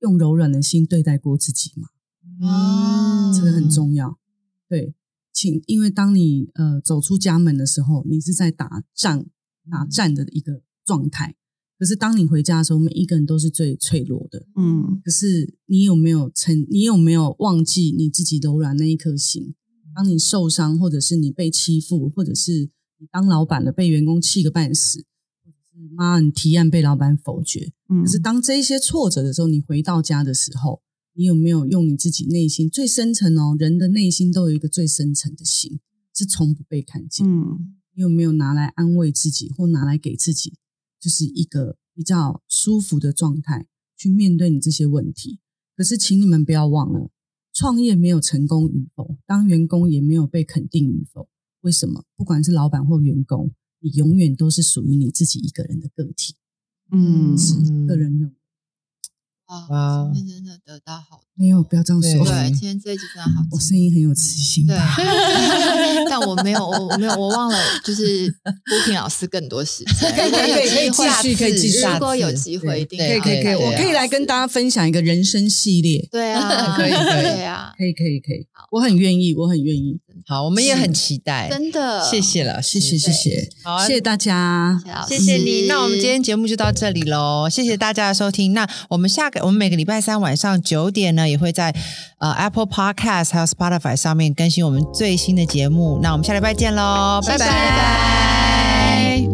[SPEAKER 4] 用柔软的心对待过自己吗？
[SPEAKER 2] 哦
[SPEAKER 4] 嗯这个很重要。对，请，因为当你呃走出家门的时候，你是在打仗、打战的一个状态。可是当你回家的时候，每一个人都是最脆弱的。
[SPEAKER 3] 嗯，
[SPEAKER 4] 可是你有没有曾，你有没有忘记你自己柔软那一颗心？当你受伤，或者是你被欺负，或者是你当老板了被员工气个半死，或者是妈你提案被老板否决，
[SPEAKER 3] 可
[SPEAKER 4] 可是当这一些挫折的时候，你回到家的时候，你有没有用你自己内心最深层哦？人的内心都有一个最深层的心，是从不被看见。
[SPEAKER 3] 嗯
[SPEAKER 4] 你有没有拿来安慰自己，或拿来给自己，就是一个比较舒服的状态去面对你这些问题？可是，请你们不要忘了，创业没有成功与否，当员工也没有被肯定与否。为什么？不管是老板或员工，你永远都是属于你自己一个人的个体。
[SPEAKER 3] 嗯，
[SPEAKER 4] 是
[SPEAKER 1] 嗯
[SPEAKER 4] 个人认为。
[SPEAKER 1] 哇哦
[SPEAKER 2] 哇，今天真的得到好
[SPEAKER 4] 没有，不要这样
[SPEAKER 1] 对
[SPEAKER 4] 说。
[SPEAKER 2] 对，今天这一集真的好
[SPEAKER 4] 嗯我
[SPEAKER 2] 精
[SPEAKER 4] 声音很有磁性
[SPEAKER 2] 对
[SPEAKER 4] 吧？，
[SPEAKER 2] [LAUGHS] 但我没有，我我没有，我忘了，就是郭平老师更多时间，
[SPEAKER 1] 可以可以可以可以
[SPEAKER 2] 如果有
[SPEAKER 1] 继续可以
[SPEAKER 2] 机会
[SPEAKER 1] 继续
[SPEAKER 2] 如果有
[SPEAKER 1] 下次
[SPEAKER 2] 机会一定
[SPEAKER 1] 对
[SPEAKER 4] 可以，可以，可以，
[SPEAKER 2] 要
[SPEAKER 1] 对
[SPEAKER 2] 啊
[SPEAKER 4] 我可以来跟大家分享一个人生系列。
[SPEAKER 2] 对
[SPEAKER 1] [LAUGHS]
[SPEAKER 2] 啊，
[SPEAKER 1] 可以可以
[SPEAKER 2] 对啊，
[SPEAKER 4] 可以，可以，可以，我很愿意，我很愿意。
[SPEAKER 1] 好，我们也很期待，
[SPEAKER 2] 真的，
[SPEAKER 1] 谢谢老师，
[SPEAKER 4] 谢谢，谢谢，
[SPEAKER 1] 好啊
[SPEAKER 4] 谢谢大家。
[SPEAKER 2] 谢老
[SPEAKER 1] 谢
[SPEAKER 2] 师，
[SPEAKER 1] 谢你。那我们今天节目就到这里喽，谢谢大家的收听。那我们下个我们每个礼拜三晚上九点呢，也会在呃 Apple Podcast 还有 Spotify 上面更新我们最新的节目。那我们下礼拜见喽，
[SPEAKER 2] 谢谢
[SPEAKER 1] 拜拜